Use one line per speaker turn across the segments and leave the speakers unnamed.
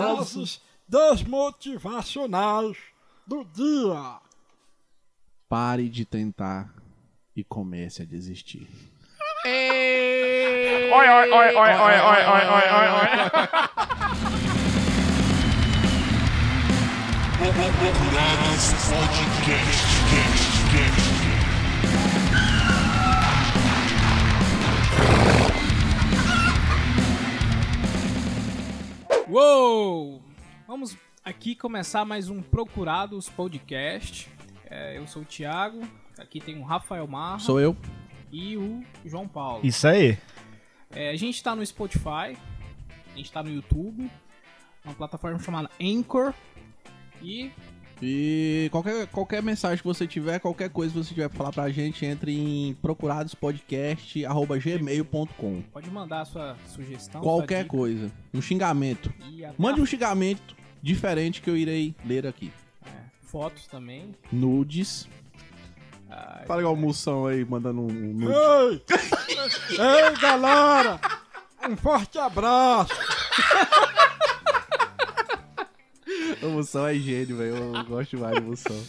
Frases desmotivacionais do dia.
Pare de tentar e comece a desistir.
Oi,
Oi, oi, oi, oi, oi, oi, oi, oi, oi, oi.
Procurados Podcast. Cast, cast.
Uou! Vamos aqui começar mais um Procurados Podcast. É, eu sou o Thiago, aqui tem o Rafael Marra
Sou eu?
e o João Paulo.
Isso aí.
É, a gente tá no Spotify, a gente tá no YouTube, uma plataforma chamada Anchor e
E qualquer, qualquer mensagem que você tiver, qualquer coisa que você tiver pra falar pra gente, entre em procuradospodcast.gmail.com.
pode mandar a sua sugestão. sua
Qualquer
dica
coisa. Um xingamento.
E até
Mande um xingamento diferente que eu irei ler aqui.
fotos também.
Nudes. Fala igual o Moção aí, mandando um um nude.
Ei! Ei, galera! Um forte abraço!
O Moção é gênio, velho. Eu gosto demais do Moção.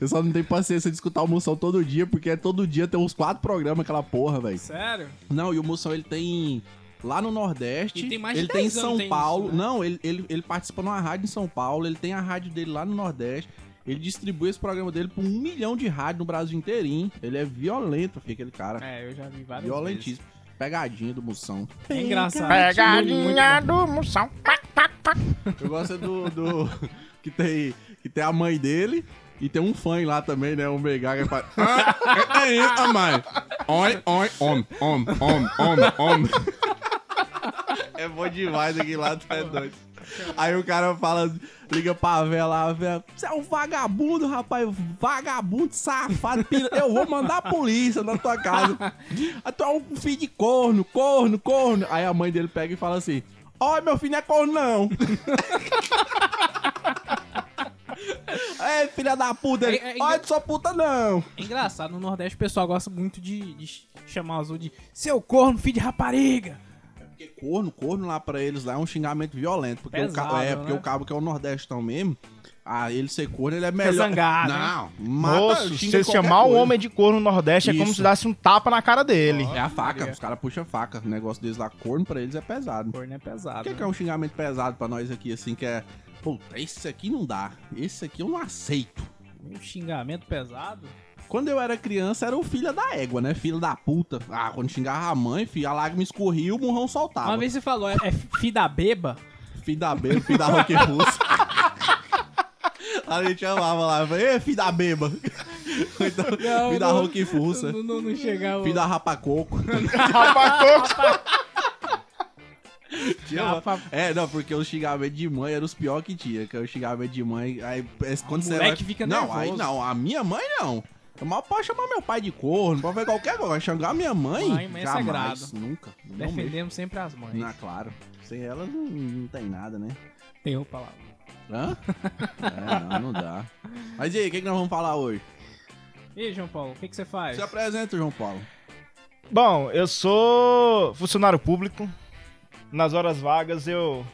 Eu só não tenho paciência de escutar o Moção todo dia, porque é todo dia tem uns quatro programas aquela porra, velho.
Sério?
Não, e o Moção ele tem lá no Nordeste,
E tem mais de
ele tem em
10 anos
São
tem
Paulo.
isso, né?
Não, ele, ele, ele participa numa rádio em São Paulo, ele tem a rádio dele lá no Nordeste. Ele distribui esse programa dele pra um milhão de rádios no Brasil inteirinho. Ele é violento, fica aquele cara.
É, eu já vi várias
Violentíssimo. Pegadinha do Moção.
vezes. É engraçado.
Pegadinha do moção.
Eu gosto é do. do que, tem, que tem a mãe dele e tem um fã lá também, né? O Megaga que faz. "Ah, é, é, é, a mãe. Oi, oi, om, om, om, om, om. É bom demais aqui lá, tu é doido. Aí o cara fala, liga pra véia lá, véia. Você é um vagabundo, rapaz. um Vagabundo, safado. pira- Eu vou mandar a polícia na tua casa. Aí tu é um filho de corno, corno, corno. Aí a mãe dele pega e fala assim: Ó, meu filho não é corno, não. É, filha da puta. Ele,
É, é,
Ó, de sua puta, não.
É engraçado, no Nordeste o pessoal gosta muito de, de ch- chamar o azul de seu corno, filho de rapariga.
Porque corno, corno lá pra eles lá é um xingamento violento. Porque, o,
Pesado,
ca... é, porque
né?
o cabo que é o nordestão mesmo, ah, ele ser corno, ele é melhor.
zangado, né?
Não, mata,
Moço, se
xinga
você
qualquer
chamar o
coisa.
homem de corno no Nordeste, é como
Isso.
se desse um tapa na cara dele.
É a faca,
Maria.
os caras puxam faca. O negócio deles lá, corno pra eles é pesado.
Corno é
O
pesado.
que é, que
né?
é um xingamento pesado pra nós aqui, assim, que é. Puta, esse aqui não dá. Esse aqui eu não aceito.
Um xingamento pesado?
Quando eu era criança, era o filho da égua, né? Filho da puta. Ah, quando xingava a mãe, filho, a lágrima escorria e o murrão soltava.
Uma vez você falou, é, é fi da beba?
Filho da beba, filho da rock russa. A gente chamava lá, "Ê, filho da beba. Ou então, filho da
não.
rock russa.
Não, não, não chegava.
Filho da rapacoco.
Rapaz,
Tinha uma- É, não, porque o xingamento de mãe era os piores que tinha, que era o xingamento de mãe. Aí, é, quando você
moleque fica
Não,
nervoso.
aí não, a minha mãe não. Eu mal posso chamar meu pai de corno, pode fazer qualquer coisa. Xingar minha mãe,
Mãe, mãe é
jamais,
sagrado.
nunca. Não mesmo.
Defendemos sempre as mães.
Na, claro. Sem ela não, não tem nada, né?
Tem roupa lá.
Hã? é, não, não dá. Mas e aí, o que, que nós vamos falar hoje?
E aí, João Paulo, o que, que você faz?
Se apresenta, João Paulo.
Bom, eu sou funcionário público. Nas horas vagas eu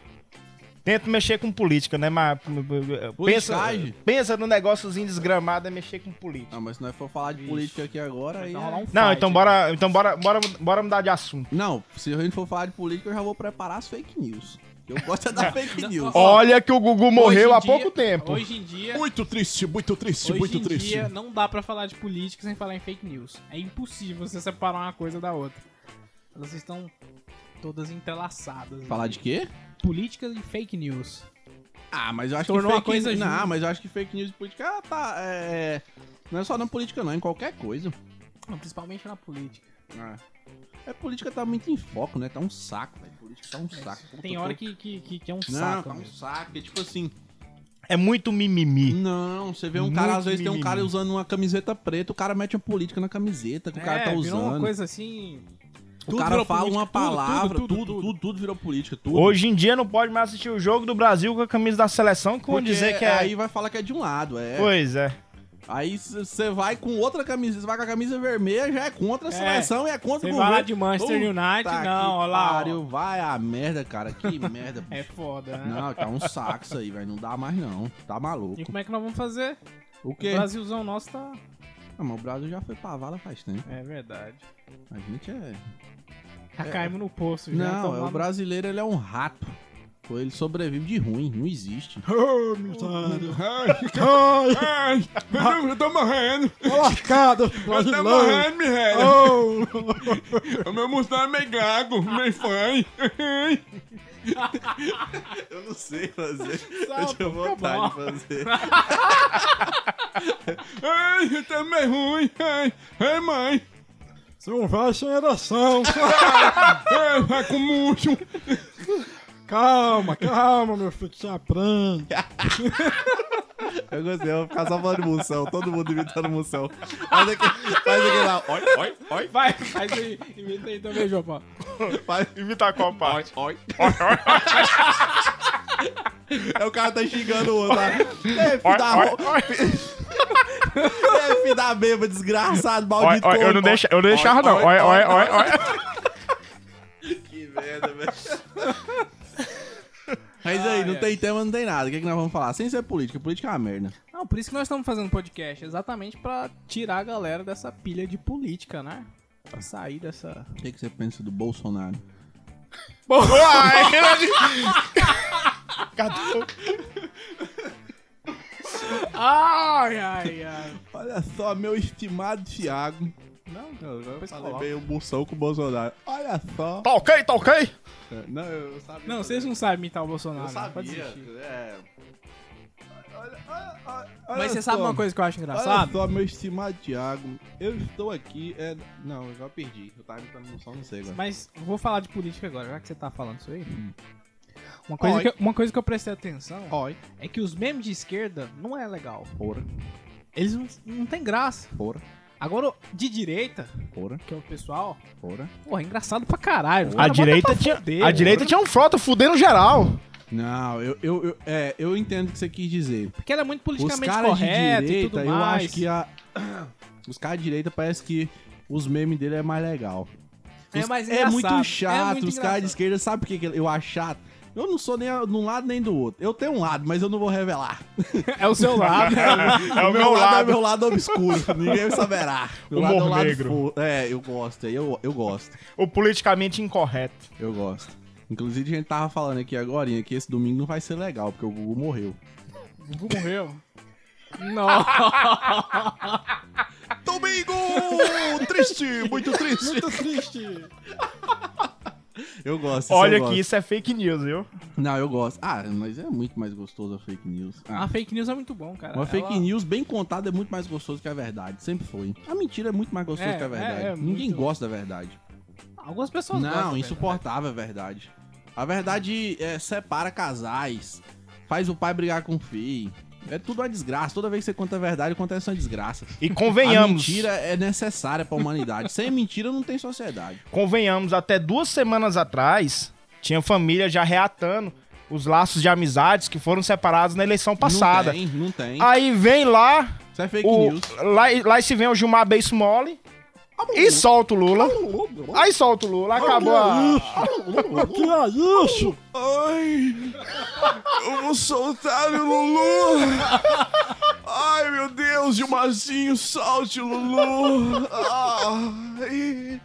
tento mexer com política, né? Mas pensa,
Politicagem?
pensa no negóciozinho desgramado é mexer com política.
Ah, mas se nós for falar de
Vixe.
política aqui agora, aí.
Vai
é-
rolar um
Não,
fight.
então bora, então bora, bora, bora mudar de assunto.
Não, se a gente for falar de política, eu já vou preparar as fake news. Eu gosto é da fake news.
Olha que o Gugu morreu
Hoje em
há
dia-
pouco tempo.
Hoje em dia,
Muito triste, muito triste,
hoje em dia não dá pra falar de política sem falar em fake news. É impossível você separar uma coisa da outra. Elas estão todas entrelaçadas.
Falar de quê?
política e fake news.
Ah, mas eu acho
Tornou
que
uma
fake
coisa
news...
junto.
Não, mas eu acho que fake news de política ela tá. É... Não é só na política, não, em qualquer coisa.
Não, Principalmente na política.
É política tá muito em foco, né? Tá um saco, velho. Política tá um saco. Puta,
É Tem
eu tô-
hora que, que, que, que é um
Não,
saco.
tá um
mesmo.
saco. É tipo assim.
É muito mimimi.
Não, você vê um cara,
Muito
às vezes tem um
mimimi.
cara usando uma camiseta preta, o cara mete uma política na camiseta que o cara tá
É, virou uma
usando. Tá
coisa assim.
O
tudo
cara
virou
fala
política,
uma
tudo,
palavra, tudo,
tudo,
tudo,
tudo,
tudo, virou política, tudo.
Hoje em dia não pode mais assistir o jogo do Brasil com a camisa da seleção que vão
Porque
dizer que é.
Aí vai falar que é de um lado, é.
Pois é.
Aí você vai com outra camisa, você vai com a camisa vermelha, já é contra a
É.
seleção e é contra
Você
o
vai
governo.
lá de Manchester
Puta
United,
que
não, olha lá. ó.
pariu, vai a merda, cara, que merda.
É
bicho.
foda, né?
Não, tá um saco isso aí, velho, não dá mais não, tá maluco.
E como é que nós vamos fazer?
O quê?
O Brasilzão nosso tá.
Ah, mas o Brasil já foi pra vala faz tempo,
É verdade.
a gente é...
Já caímos no poço já.
Não, é
tomamos-
o brasileiro ele é um rato. Pô, Ele sobrevive de ruim, não existe.
Ô, miséria.
Ai, ai, eu tô morrendo,
Ô, lascado, brasileiro.
Mirella.
Ô,
O meu Mustang é meio gago, meio fã. Eu não sei fazer. eu tinha
Salve, fica
vontade de
bom.
fazer. ai, eu tô meio ruim. Ai, ai mãe.
se um velho sem ereção.
Ai, vai com murcho.
Calma, calma, meu filho, que você é aprende.
Eu gostei, eu vou ficar só falando de moção. Todo mundo imitando moção. Faz aqui, faz aqui lá. Oi, oi, oi.
Vai, faz aí. Imita aí também, João Paulo.
Faz.
Imita qual parte?
Oi. Aí o cara tá xingando o outro lá. É, filho da ro- É, filho da beba, desgraçado, maldito.
Olha, eu não,
corno.
deixa, eu não deixava, não. Olha, olha, olha, olha.
Que merda, velho. Mas aí, não
Ai,
tem tema, não tem nada. O que, é que nós vamos falar? Sem ser política. Política é uma merda.
Não, por isso que nós estamos fazendo podcast. Exatamente pra tirar a galera dessa pilha de política, né? Pra sair dessa.
O que, que você pensa do Bolsonaro?
Ai, ai, ai.
Olha só, meu estimado Thiago.
Não,
Eu
depois
falei
coloca.
bem o moção com o Bolsonaro. Olha só.
Tá ok, tá ok?
Não, eu sabia.
Não, vocês não sabem imitar o Bolsonaro.
Eu
né? Pode
sabia.
desistir.
É. Olha- olha- olha- olha
Mas você sabe
só.
uma coisa que eu acho
Olha
engraçada?
só, meu estimado Thiago, eu estou aqui. É... Não, eu já perdi. Eu tava imitando moção, não sei agora.
Mas vou falar de política agora, já que você tá falando isso aí.
Hum.
Uma coisa,
Oi.
que, eu- uma coisa que eu prestei atenção
Oi.
é que os memes de esquerda não é legal.
Ora,
Eles não, não tem graça.
ora,
Agora, o- de direita,
ora,
que é o pessoal,
ora.
porra, é engraçado pra caralho. Os
A
cara bota
direita,
pra
tinha,
fuder.
a direita tinha um frota fudendo geral.
Não, eu, eu, eu, é, eu entendo o que você quis dizer.
Porque ela é muito
Os
politicamente
caras de
correta e
direita,
tudo
eu
mais.
acho que é a. Os caras de direita parece que os memes dele é mais legal.
É
Os-
mais
é muito
engraçado, é
chato.
muito
os caras de
engraçado.
esquerda, sabe por que que eu acho chato? Eu não sou nem a- de um lado nem do outro. Eu tenho um lado, mas eu não vou revelar.
É o seu lado.
É o meu
é meu
lado.
lado obscuro. Ninguém saberá. Meu
Humor
lado é o lado
negro.
fu- É, eu gosto. Eu, eu gosto.
O politicamente incorreto.
Eu gosto. Inclusive, a gente tava falando aqui agora que esse domingo não vai ser legal, porque o Gugu morreu.
o Gugu morreu. Não.
Domingo! triste, muito triste.
Muito triste.
Eu gosto. isso
Olha
eu
que
gosto.
isso é fake news, viu?
Não, eu gosto. Ah, mas é muito mais gostoso a fake news. Ah,
A fake news é muito bom, cara.
uma
Ela-
fake news bem contada é muito mais gostoso que a verdade. Sempre foi. A mentira é muito mais gostoso
É,
que a verdade.
é, é
Ninguém
muito.
gosta da verdade.
Algumas pessoas gostam,
Não,
velho.
insuportável a verdade. A verdade é, separa casais, faz o pai brigar com o filho. É tudo uma desgraça. Toda vez que você conta a verdade, acontece uma desgraça.
E
A
convenhamos.
mentira é necessária pra humanidade. Sem mentira não tem sociedade.
Convenhamos, até duas semanas atrás, tinha família já reatando os laços de amizades que foram separados na eleição passada.
Não tem, não tem.
Aí vem lá,
Isso é fake
o,
news.
lá, lá se vem o Gilmar Beijo Mole e solta o Lula. Aí solta o Lula, acabou a...
O que é isso?
Ai! Eu vou soltar o Lulu! Ai, meu Deus, Gilmarzinho, solte o Lulu! Ai,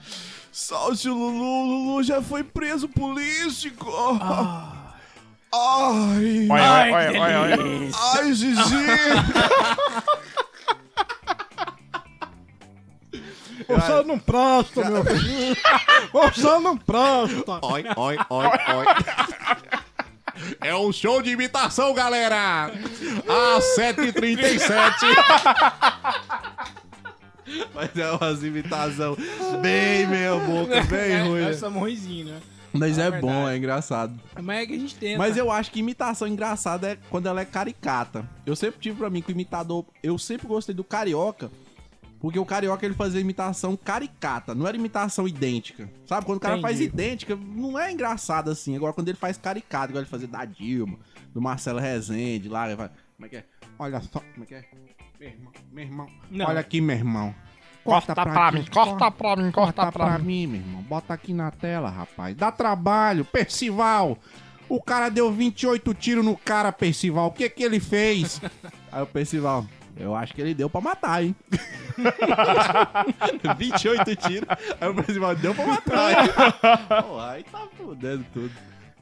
solte o Lulu, o Lulu já foi preso político! Ai!
Olha, olha, olha, olha.
Ai, Gigi!
Você não presta, meu filho. Você não presta.
Oi, oi, oi, oi! É um show de imitação, galera! Às 7h37! Mas é umas imitação bem meia boca, bem
É,
ruim.
Nós somos ruizinhos, né?
Mas é
verdade.
bom, é engraçado.
Mas é que a gente tenta.
Mas eu acho que imitação engraçada é quando ela é caricata. Eu sempre tive pra mim que o imitador. Eu sempre gostei do carioca. Porque o carioca ele fazia imitação caricata, não era imitação idêntica. Sabe? Quando o cara faz
Entendi.
idêntica, não é engraçado assim. Agora, quando ele faz caricata, igual ele fazia da Dilma, do Marcelo Rezende lá, ele fala, Como é que é? Olha só, como é que é? Meu irmão, meu irmão.
Não.
Olha aqui, meu irmão.
Corta pra mim, corta pra mim, corta pra mim.
mim, meu irmão. Bota aqui na tela, rapaz. Dá trabalho, Percival. O cara deu 28 tiros no cara, Percival. O que que ele fez? Aí o Percival, eu acho que ele deu pra matar, hein? 28 tiros. Aí o Percival, deu pra matar, hein? Pô, aí tá fudendo tudo.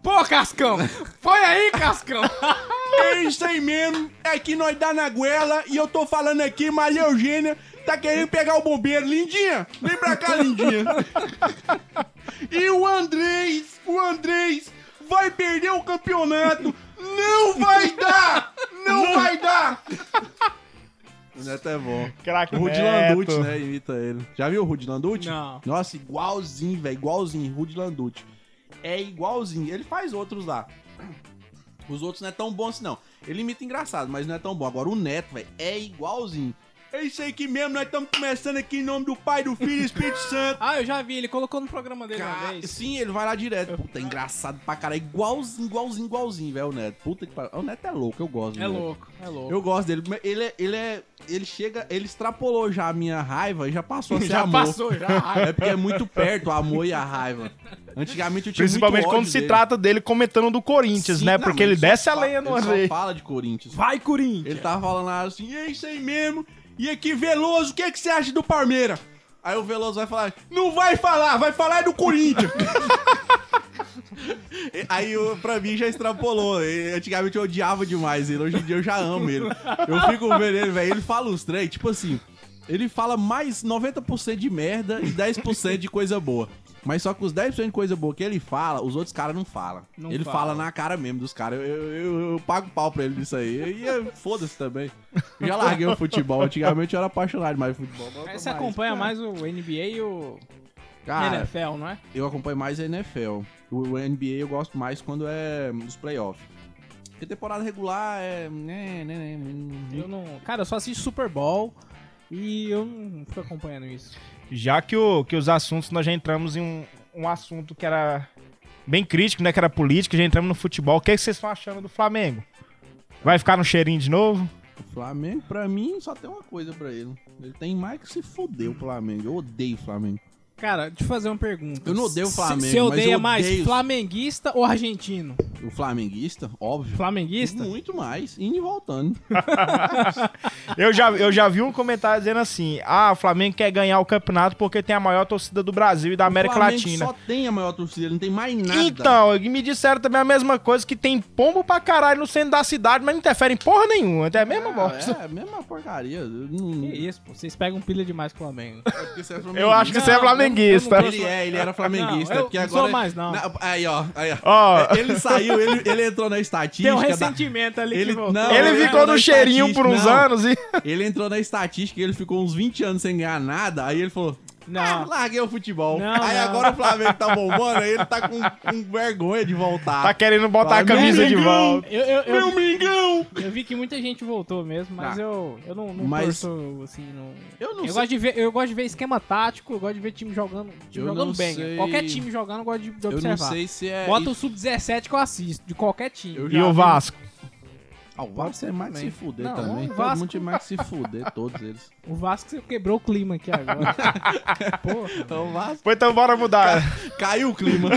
Pô, Cascão! Foi aí, Cascão!
É isso aí mesmo. É que nós dá na guela e eu tô falando aqui, Maria Eugênia tá querendo pegar o bombeiro. Lindinha, vem pra cá, Lindinha. E o Andrés, o Andrés vai perder o campeonato. Não vai dar! Não, vai dar! O Neto é bom.
Crack
O Rudy
É,
Landucci, né? Imita ele. Já viu o Rudy Landucci?
Não.
Nossa, igualzinho, velho. Igualzinho, Rudy Landucci. É igualzinho. Ele faz outros lá. Os outros não é tão bom assim, não. Ele imita engraçado, mas não é tão bom. Agora o Neto, velho, é igualzinho. É isso aí que mesmo, nós estamos começando aqui em nome do Pai, do Filho e do Espírito Santo.
Ah, eu já vi, ele colocou no programa dele uma
Ca-
vez.
Sim, ele vai lá direto. Puta, é engraçado pra caralho. Igualzinho, igualzinho, igualzinho, velho, o Neto. Puta que pariu. O Neto é louco, eu gosto do
É
Neto.
louco, é louco.
Eu gosto dele. mas Ele é, ele é. Ele chega. Ele extrapolou já a minha raiva e já passou a ser
já
amor.
passou, já. a raiva.
É porque é muito perto o amor e a raiva. Antigamente eu tinha
Principalmente
muito
quando
ódio
se
dele.
trata dele comentando do Corinthians,
Sim,
né?
não,
Porque
mas é
ele
só
desce a
fa-
lenha numa
ele só
vez.
fala de Corinthians.
Vai, Corinthians!
Ele tava falando lá assim, é isso aí mesmo. E aqui, Veloso, o que, que você acha do Palmeiras? Aí o Veloso vai falar, não vai falar, vai falar é do Corinthians. E- aí eu, pra mim já extrapolou. E- Antigamente eu odiava demais ele, hoje em dia eu já amo ele. Eu fico vendo ele, velho, ele fala uns três, tipo assim, ele fala mais 90% de merda e 10% de coisa boa. Mas só que os 10% de coisa boa que ele fala, os outros caras não falam.
Não
ele
fala.
fala na cara mesmo dos caras. Eu, eu, eu- eu pago pau pra ele disso aí. E eu- foda-se também. Já larguei o futebol. Antigamente eu era apaixonado demais por futebol. agora eu
Aí
tô
você
mais.
acompanha mais o NBA e o
Cara,
NFL, não é?
eu acompanho mais a NFL. O, o NBA eu gosto mais quando é os playoffs. Porque temporada regular é. né, né, né.
Eu não. Cara, eu só assisto Super Bowl e eu não fico acompanhando isso.
Já que, o, que os assuntos, nós já entramos em um, um assunto que era bem crítico, né? Que era político, já entramos no futebol. O que, é que vocês estão achando do Flamengo? Vai ficar no cheirinho de novo?
O Flamengo, pra mim, só tem uma coisa pra ele. Ele tem mais que se fuder o Flamengo. Eu odeio o Flamengo.
Cara, deixa eu fazer uma pergunta.
Eu não odeio o
Se-
Flamengo,
Você
mas
odeia
eu
mais
odeio-
flamenguista ou argentino?
O flamenguista, óbvio.
Flamenguista?
Muito mais, indo e voltando.
Eu já, eu já vi um comentário dizendo assim: ah, o Flamengo quer ganhar o campeonato porque tem a maior torcida do Brasil e da América
o Flamengo
Latina.
só tem a maior torcida, ele não tem mais nada.
Então, e me disseram também a mesma coisa, que tem pombo pra caralho no centro da cidade, mas não interfere em porra nenhuma. É a mesma bosta.
É, é a mesma porcaria. Eu não-
Que isso, pô. Vocês pegam pilha demais com o Flamengo.
É porque você é
Eu acho que
Não,
você é
eu não-
flamenguista.
eu não
Ele é, ele era flamenguista.
Não, eu
porque
não
agora...
sou mais, não.
Na- Aí, ó, aí, ó.
Ó,
Ele saiu, ele, ele entrou na
Tem
estatística.
um
da-
ressentimento ali
Ele-
que voltou.
não,
ele
eu
ficou
não
no cheirinho
estatístico,
por uns
não.
anos e.
Ele entrou na estatística e ele ficou uns 20 anos sem ganhar nada. Aí ele falou:
Não.
"Ah, larguei o futebol.
Não,
aí
não.
agora o Flamengo tá bombando, aí ele tá com, com vergonha de voltar.
Tá querendo botar a
Flamengo,
camisa de
Mengão.
volta.
Eu, eu, eu,
Meu Mingão!
eu vi que muita gente voltou mesmo, mas
Ah,
eu, eu não, não
mas-
torço, assim, não...
Eu não sei.
gosto de ver, eu gosto de ver esquema tático, eu gosto de ver time jogando, time
Eu
jogando
não
bem. né?
sei.
Qualquer time jogando, eu gosto de, de
Eu não
observar.
sei se é.
Bota o sub-17 que eu assisto, de qualquer time.
Eu
E
já
o
vi- um
Vasco.
Ah, o Vasco é mais que se fuder
Não,
também.
o
Todo
Vasco-
mundo tinha mais que se fuder, todos eles.
O Vasco você quebrou o clima aqui agora. Porra.
Então o Vasco.
Pô, então bora mudar.
Caiu o clima.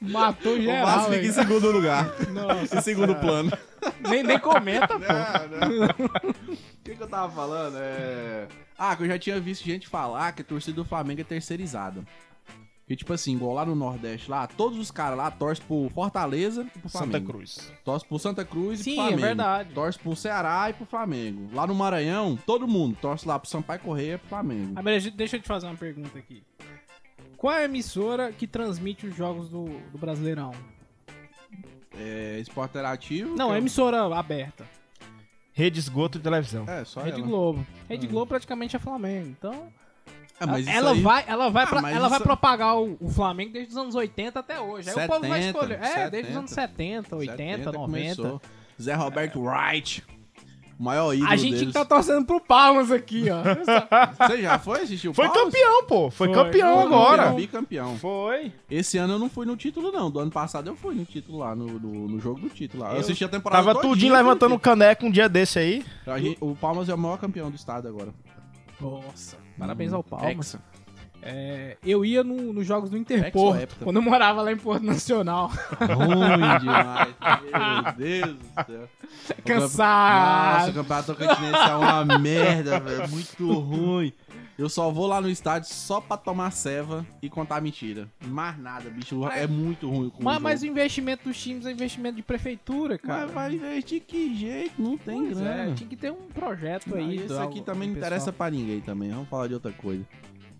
Matou
o
geral.
Vasco fica em
velho.
segundo lugar.
Nossa,
Em segundo plano.
nem, nem comenta, pô.
O que, que eu tava falando? É. Ah, que eu já tinha visto gente falar que a torcida do Flamengo é terceirizada. E tipo assim, igual lá no Nordeste, lá, todos os caras lá torcem pro Fortaleza e pro Flamengo.
Cruz.
Torce pro Santa Cruz e
Sim,
pro Flamengo.
é verdade.
Torce pro Ceará e pro Flamengo. Lá no Maranhão, todo mundo torce lá pro Sampaio Correia e pro Flamengo.
Agora, Ah, deixa- deixa eu te fazer uma pergunta aqui. Qual é a emissora que transmite os jogos do, do Brasileirão?
Então. É, Esporte Interativo.
Não,
que
é
eu-
emissora aberta.
Rede esgoto de televisão.
É, só
Rede
ela.
Globo. Rede Globo praticamente é Flamengo. Então,
Ah, mas isso
ela,
aí-
vai, ela vai,
Ah,
pra-
mas
ela vai
isso-
propagar o, o Flamengo desde os anos 80 até hoje. Aí o povo vai
70,
escolher. É, desde os anos 70, 80,
70
90.
começou. Zé Roberto Wright. O maior ídolo
A gente
deles.
tá torcendo pro Palmas aqui, ó.
Você já foi assistir o
Foi
Palmas?
campeão, pô. Foi,
Foi.
campeão
Foi
agora.
Campeão, Bicampeão.
Foi.
Esse ano eu não fui no título, não. Do ano passado eu fui no título lá, no, no- no jogo do título lá. Eu,
Eu
assisti a temporada
Tava
todinha,
tudinho
né,
levantando o
filho?
caneco um dia desse aí.
A gente- O Palmas é o maior campeão do estado agora.
Nossa, parabéns ao Palmas.
Hexa.
É, eu ia no- nos jogos do
Ex ou
Interporto,
Hepta?
quando eu morava lá em Porto Nacional.
Ruim demais. Meu Deus do céu.
Tá
Nossa, o
Cansado.
campeonato continental é uma merda, velho. É Muito ruim. Eu só vou lá no estádio só pra tomar ceva e contar mentira. Mais nada, bicho. É muito ruim. Com o
Mas,
jogo.
mas o investimento dos times é investimento de prefeitura, cara.
Mas vai investir que jeito? Não tem
Pois
grana.
é, tinha que ter um projeto
Não,
aí.
isso
do-
aqui também não
do
tipo,
pessoal.
interessa pra ninguém também. Vamos falar de outra coisa.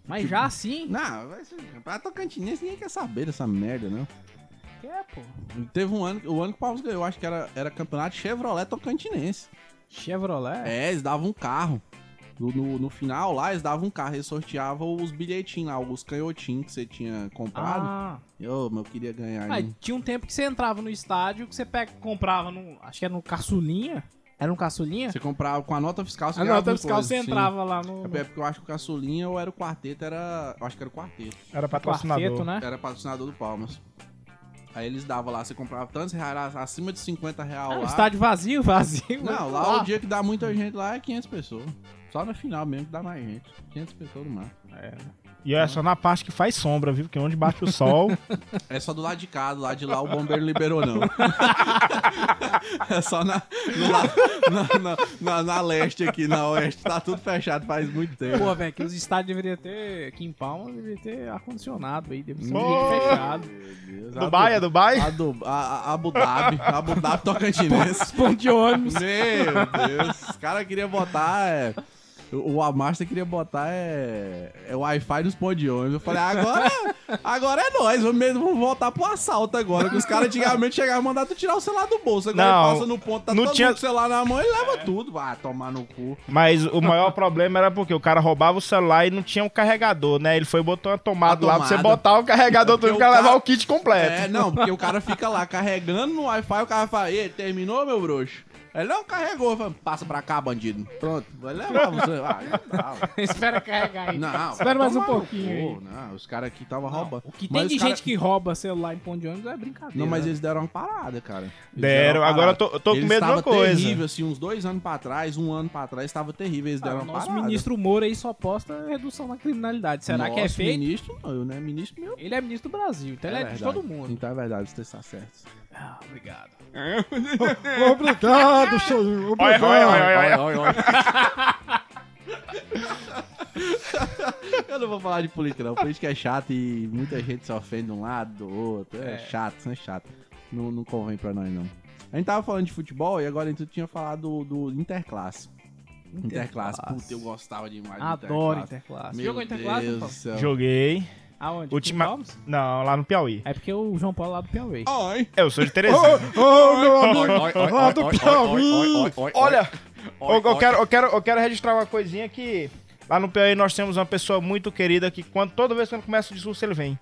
Mas já assim?
Não, vai ser. Pra Tocantinense ninguém quer saber dessa merda, não.
É, pô.
Teve um ano. O ano que o Palmeiras ganhou, acho que era, era campeonato Chevrolet Tocantinense.
Chevrolet.
É, eles davam um carro. No, no, no final lá, eles davam um carro, eles sorteavam os bilhetinhos lá, os canhotinhos que você tinha comprado.
Ah,
Ô, mas eu queria ganhar.
Ah,
hein?
tinha um tempo que você entrava no estádio, que você pega, comprava no. Acho que era no caçulinha. Era no caçulinha?
Você comprava com a nota fiscal, você
A
ganhava
nota
alguma
fiscal
coisa,
você
sim.
entrava lá no.
É porque eu acho que o Caçulinha ou era o quarteto, era. Eu acho que era o quarteto.
Era
quarteto,
patrocinador.
né?
Era patrocinador do Palmas. Aí eles davam lá, você comprava tantos reais, acima de 50 reais
Ah,
É lá.
estádio vazio, vazio.
Não, lá o dia que dá muita gente lá é 500 pessoas. Só no final mesmo que dá mais gente. 500 pessoas no mar.
E é só na parte que faz sombra, viu? Porque onde bate o sol.
É só do lado de cá, do lado de lá o bombeiro não liberou, não. é só na, no lado- na, na- na- na leste aqui, na oeste. Tá tudo fechado faz muito tempo.
Pô, velho, que os estádios deveriam ter. Aqui em Palmas deveria ter ar-condicionado aí, deveria ser um
Pô.
ambiente fechado.
Deus,
Dubai, é Dubai?
A, do, a, a Abu Dhabi, Abu Dhabi Tocantinense.
Ponto de ônibus.
Meu Deus, os caras queriam botar. É, o o Amasta queria botar é, é Wi-Fi nos pontos de ônibus. Eu falei, agora, agora é nós, vamos, mesmo, vamos voltar pro assalto agora. Que os caras antigamente chegavam e mandavam tu tirar o celular do bolso. Agora
Não,
ele passa no ponto, tá
não
todo
tinha-
mundo com o celular na mão e leva tudo. Vai tomar no cu.
Mas o maior problema era porque o cara roubava o celular e não tinha um carregador, né? Ele foi e botou uma tomada,
Uma
lá pra você
tomada.
botar o carregador todo e
Porque o
o cara
cara-
levar o kit completo.
É, não, porque o cara fica lá carregando no Wi-Fi, o cara fala, e terminou, meu bruxo? Ele não carregou, Eu falo, passa pra cá, bandido. Pronto, vai levar você. Ah, não dá, ué.
Espera carregar aí.
Não,
Espera mais um
tomar no
pouquinho
cu. Não, os caras aqui estavam
Não,
roubando.
O que tem
Mas
de
os cara-
gente que rouba celular em ponto de ônibus é brincadeira.
Não, mas
né?
eles deram uma parada, cara. Eles
Deram,
uma
agora
parada.
eu tô- eu tô com
Eles
medo de uma
tava
coisa.
terrível, assim, uns dois anos pra trás, um ano pra trás, tava terrível, eles
Ah,
deram
o
uma
nosso
parada.
ministro Moura aí só posta redução na criminalidade. Será que é
Nosso
feito?
ministro não, eu, né? Ministro meu.
Ele é ministro do Brasil, então ele é de
verdade.
todo mundo.
Então é verdade, você está certo.
Ah, obrigado.
Obrigado, senhor.
Olha,
Obrigado.
olha, olha, olha, olha.
Eu não vou falar de política, não. Política é chata e muita gente se ofende de um lado, do outro. É, chato, isso é chato. Não, não convém pra nós, não. A gente tava falando de futebol e agora a gente tinha falado do, do Interclasse. Interclasse. Puta, eu gostava demais
Adoro
Interclasse.
Interclasse.
Meu
Jogou Interclasse,
Deus
João
do
Paulo?
céu.
Joguei.
Aonde?
O
Aqui em
time-
Palmas?
Não, lá no Piauí.
É porque o João Paulo é lá do Piauí.
Ai.
Eu sou de Teresina.
Ô, ô, meu amigo, lá do Piauí.
Olha, eu, eu quero, eu, quero, eu quero registrar uma coisinha que lá no Piauí nós temos uma pessoa muito querida que quando, toda vez que eu começo o discurso ele vem.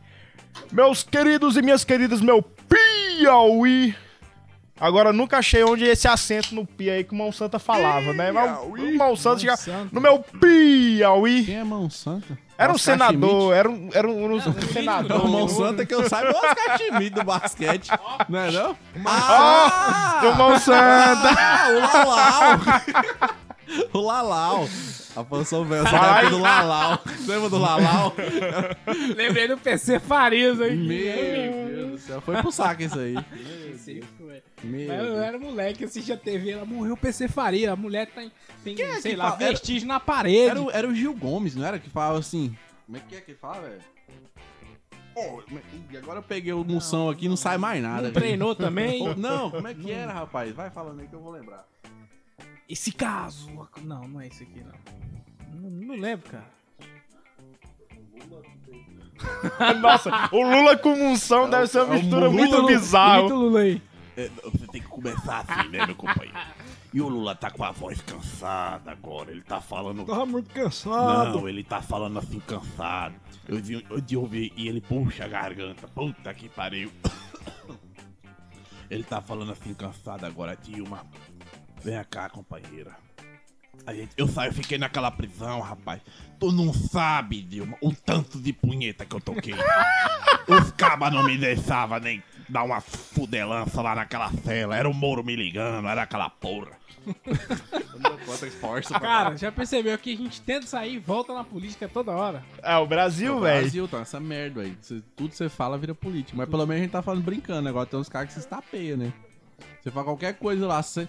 Meus queridos e minhas queridas, meu Piauí. Agora, eu nunca achei onde esse acento no Piauí que o Mão Santa falava, né? Mas o Mão Santa já...
Santa.
No meu Piauí.
Quem é Mão Santa?
Era um
Oscar
senador, era um, era um, um senador.
Schmidt? Mão Santa que eu saiba é o Oscar Schmidt do basquete. Não é não?
Do Mão Santa.
Ah, o Lalau! o Lalau! Afonso Velho, você
Vai.
lembra do Lalau? Lembra do Lalau?
Lembrei do PC Farias aí.
Meu Deus do céu, foi pro saco isso aí.
Esse foi.
Meu
Mas eu
Deus.
era moleque, assistia TV, ela morreu PC Faria, a mulher tem, tem
é
sei
que
lá,
fala- era-
vestígio na parede.
Era, o- era o Gil Gomes, não era? Que falava assim. Como é que é que fala, velho? Pô, mas- ih, agora eu peguei o moção aqui É. não sai mais nada.
Não
velho.
treinou também?
Pô, Não, como é que era, rapaz? Vai falando aí que eu vou lembrar.
Esse caso. Não, não é esse aqui, não. Não, não lembro, cara.
Nossa, o Lula com munção deve ser uma mistura muito bizarra.
Muito Lula aí.
É, Você tem que começar assim, né, meu companheiro? E o Lula tá com a voz cansada agora. Ele tá falando.
Tava muito cansado.
Não, ele tá falando assim cansado. Eu de, eu de ouvir e ele puxa a garganta. Puta que pariu. Ele tá falando assim cansado agora, Dilma. Vem cá, companheira. A gente- eu saio, fiquei naquela prisão, rapaz. Tu não sabe, Dilma, o tanto de punheta que eu toquei. Os cabas não me deixavam nem dar uma fudelança lá naquela cela. Era o Moro me ligando, era aquela porra.
Quanto
tá
esforço,
Cara, já percebeu que a gente tenta sair e volta na política toda hora.
É, o Brasil,
O
velho.
Brasil tá essa merda aí. Cê- Tudo que você fala vira político. Mas pelo menos a gente tá falando brincando. Agora tem uns caras que se estapeia, né? Você fala qualquer coisa lá. cê-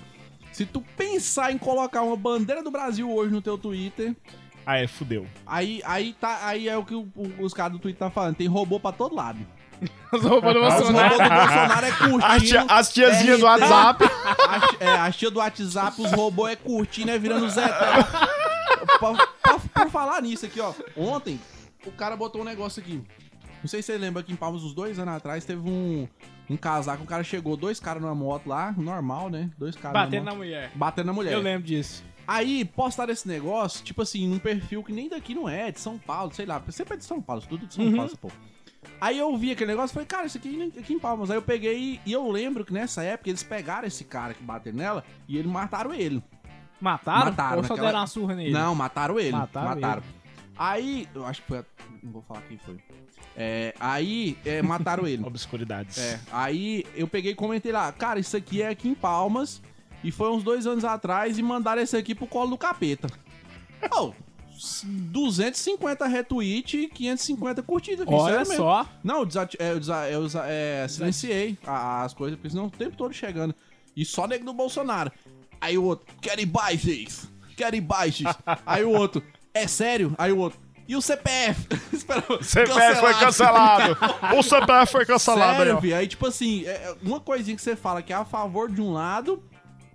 Se tu pensar em colocar uma bandeira do Brasil hoje no teu Twitter,
Ah, é, fudeu.
aí, aí, tá, aí é o que o- o- os caras do Twitter tá falando. Tem robô pra todo lado.
Os robôs do
Os robôs
Bolsonaro.
do Bolsonaro é
As, tia-
curtindo.
as tiazinhas do
RT.
WhatsApp.
A, ti- é, a tia do WhatsApp, os robôs é curtindo, é virando Zé. Tá? Pra- pra- Por falar nisso aqui, ó. Ontem, o cara botou um negócio aqui. Não sei se você lembra que em Palmas, uns dois anos atrás, teve um, um casaco. Um cara chegou, dois caras numa moto lá, normal, né? Dois caras
Batendo
numa
na
moto,
mulher.
Batendo na
É.
mulher.
Eu lembro disso.
Aí postaram esse negócio, tipo assim, num perfil que nem daqui não é, de São Paulo, sei lá. Sempre é de São Paulo, tudo de São Paulo, essa porra. Aí eu vi aquele negócio e falei, cara, isso aqui, nem- aqui em Palmas. Aí eu peguei e eu lembro que nessa época eles pegaram esse cara que bateu nela e eles mataram ele.
Mataram?
Mataram
Ou só
naquela-
deram uma surra nele?
Não, mataram ele.
Mataram
Mataram. Aí, eu acho que foi. a- Não vou falar quem foi. É, aí, é, mataram ele.
Obscuridades.
É, aí eu peguei e comentei lá, cara, isso aqui é aqui em Palmas e foi uns dois anos atrás e mandaram esse aqui pro colo do capeta. Ô, 250 retweet e 550 curtidas. filho,
Olha
sério mesmo.
só.
Não, eu, desati- é, eu desa- eu desa- é, silenciei a- as coisas, porque senão o tempo todo chegando. E só nego do Bolsonaro. Aí o outro, quero imagens, quero imagens. Aí o outro, é sério? Aí o outro, e o CPF? Esperou,
CPF foi cancelado. O CPF foi cancelado aí,
Sério,
ó.
vi. Aí, tipo assim, é, é uma coisinha que você fala que é a favor de um lado,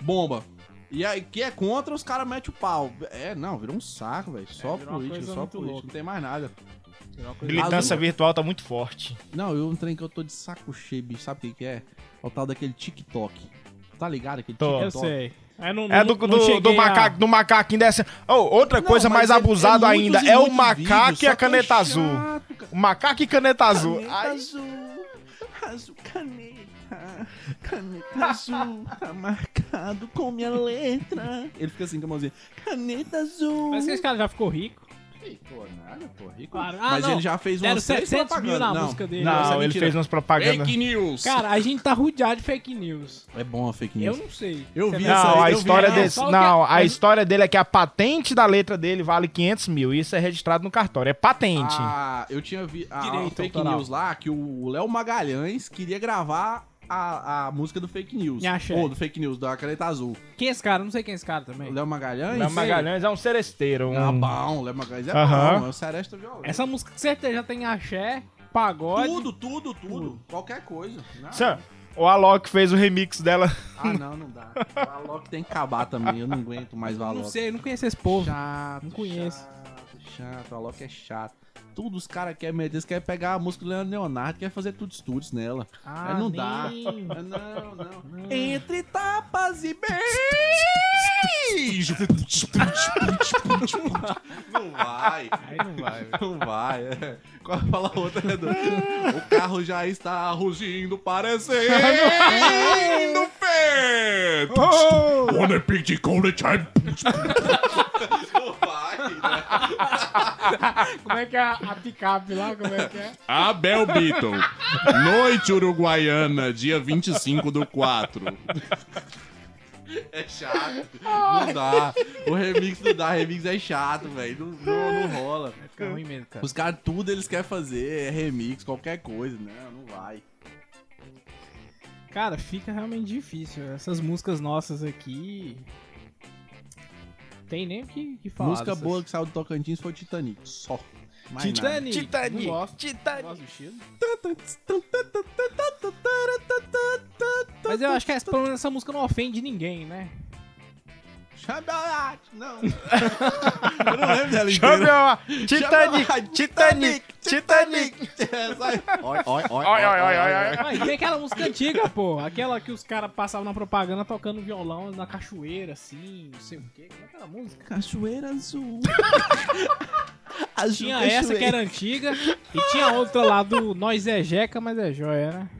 bomba. E aí, que é contra, os caras metem o pau. É, não, virou um saco, velho. Só
É, virou uma
político,
coisa
só
muito
político.
louca.
Não tem mais nada.
Militância
Azul.
virtual tá muito forte.
Não, eu um trem que eu tô de saco cheio, bicho. Sabe o que que é? É O tal daquele TikTok. Tá ligado aquele
Tô.
Eu
TikTok?
sei. É, não,
É
não-
do,
não
do, do
cheguei a-
macaco, do macaquinho dessa. Oh, outra
Não,
coisa
mas
mais
é- é
abusada
muitos
ainda
e
é o
muitos
macaco
vídeos,
e
só
a
que é
caneta azul.
chato, cara.
O macaco e caneta azul. Ai,
azul. Azul, caneta. Caneta azul. Tá marcado com minha letra. Ele fica assim com a mãozinha. Caneta azul.
Parece que esse cara já ficou rico.
Pô, nada, pô, rico.
Claro. Ah,
Mas
não.
ele já fez
Deram
umas três
700 mil na
propagandas. Não.
música dele.
Isso é
não, ele
mentira.
fez umas propagandas.
news.
Cara, a gente tá rodeado de fake news.
É bom a fake
Eu
news.
não sei.
Eu
Você
vi
vai-
essa aí,
Não, a
eu vi.
história
Não,
desse.
só o que-
Não, a
mas-
história dele é que a patente da letra dele vale 500 mil. Isso é registrado no cartório. É patente.
Ah, eu tinha vi a
Direito
fake
autoral.
news lá que o Léo Magalhães queria gravar a, a música do fake news.
Me achei.
Ou do fake news, da caneta azul.
Quem é esse cara? Eu Não sei quem é esse cara
O
também.
Léo Magalhães?
Léo Magalhães é um seresteiro. Um...
Ah, bom, o Léo Magalhães é
Aham.
bom, é o Seresta Violeta.
Essa música com certeza já tem axé, pagode.
Tudo, tudo, tudo, Qualquer coisa. Não.
Sam, O Alok fez o remix dela.
Ah, não, não dá. O Alok tem que acabar também. Eu não aguento mais o
Eu
Alok.
Não sei, eu não conheço esse povo.
Chato,
Não conheço.
Chato, chato. O Alok é chato. Tudo os caras querem meter, eles querem pegar a música do Leandro Leonardo, quer fazer tudo estudos nela.
Ah,
É, não
nem-
dá. É, Não, não. Entre tapas e beijo. Não vai.
Aí não vai, velho.
Não vai. É. Qual fala a outra, né, Du? O carro já está rugindo, parecendo feto.
Oh! Wanna pick the college, I'm
Não vai, né?
Como é que é a, a picape lá? Como é que é?
Abel Beaton. Noite Uruguaiana, dia 25 do 4.
É chato. Não dá. O remix não dá. remix é chato, velho. Não, não, não rola.
Fica ruim mesmo, cara.
Os caras, tudo eles querem fazer é remix, qualquer coisa. Não, não vai.
Cara, fica realmente difícil. Essas músicas nossas aqui. Tem nem o que, que falar.
Música
dessas.
boa que saiu do Tocantins foi Titanic. Só. Mais nada.
Titanic.
Titanic.
Não gosto. Não
Titanic.
gosto do estilo. Mas eu acho que essa, pelo menos essa música não ofende ninguém, né?
Chambelat, não. Eu não lembro dela
Chama
inteira.
ela. Titanic. Titanic. Titanic.
É, sai. Oi, oi, oi,
Oi, oi, oi, oi, oi.
Mas Ah, tem aquela música antiga, pô. Aquela que os caras passavam na propaganda tocando violão na cachoeira, assim, não sei o quê. Como é aquela música?
Cachoeira azul. azul
Tinha essa que era antiga e tinha outra lá do Nós é Jeca, mas é joia, né?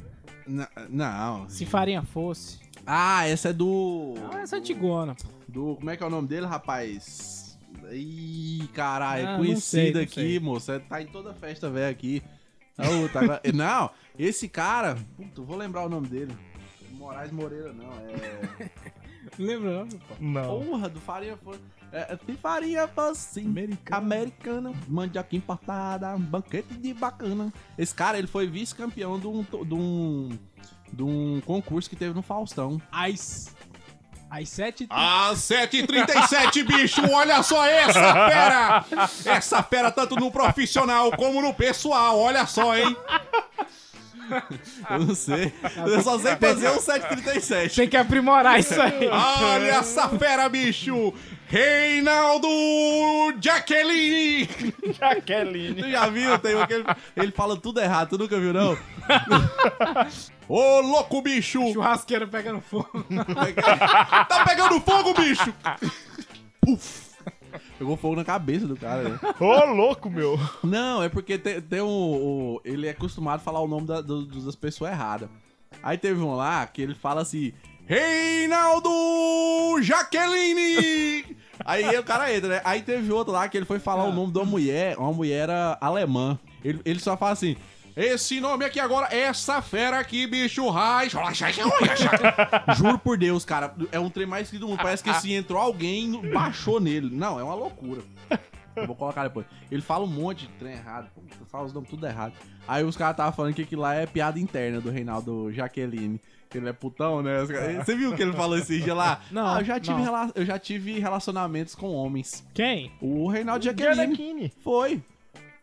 Na- Não.
Se farinha fosse.
Ah, essa é do.
Ah, essa é antigona, pô.
Do. Como é que é o nome dele, rapaz? Ih, caralho, é
Ah, não sei,
conhecido
não
aqui,
sei.
moço. É, Tá em toda festa, velho, aqui. Ah, o tá agora- não, esse cara. Puta, eu vou lembrar o nome dele. Moraes Moreira, não. É.
Lembra, não, pô?
Não.
Porra, do Farinha Fo- É, é, tem farinha assim.
Americano.
Americana, mandioca importada, um banquete de bacana. Esse cara, ele foi vice-campeão de um, to- de um. de um concurso que teve no Faustão.
Às. Às 7
Às 7h37, bicho, olha só essa fera! Essa fera tanto no profissional como no pessoal, olha só, hein?
Eu não sei. Eu só sei fazer um 737.
Tem que aprimorar isso aí.
Olha essa fera, bicho! Reinaldo Jaqueline!
Jaqueline.
Tu já viu? Tem um que ele, ele fala tudo errado, tu nunca viu, não?
Ô, louco, bicho!
Churrasqueiro pegando fogo.
Tá pegando fogo, bicho!
Pegou fogo na cabeça do cara, né?
Ô, louco, meu.
Não, é porque tem, tem um, o- Ele é acostumado a falar o nome da- do- do- das pessoas erradas. Aí teve um lá que ele fala assim:
Reinaldo Jaqueline!
Aí o cara entra, né? Aí teve outro lá que ele foi falar o nome de uma mulher, uma mulher era alemã. Ele, ele só fala assim.
Esse nome aqui agora,
é
essa fera aqui, bicho, raiz.
Juro por Deus, cara. É um trem mais que do mundo. Parece que assim, entrou alguém, no- baixou nele. Não, é uma loucura. Eu Vou colocar depois. Ele fala um monte de trem errado. pô, Fala os nomes tudo errado. Aí os caras estavam falando que aquilo lá é piada interna do Reinaldo Jaqueline. Que ele é putão, né? Os caras- Você viu o que ele falou esse dia lá?
Não,
Ah, eu já tive,
não.
rela- eu já tive relacionamentos com homens.
Quem?
O Reinaldo
é
Jaqueline
Jaqueline.
foi.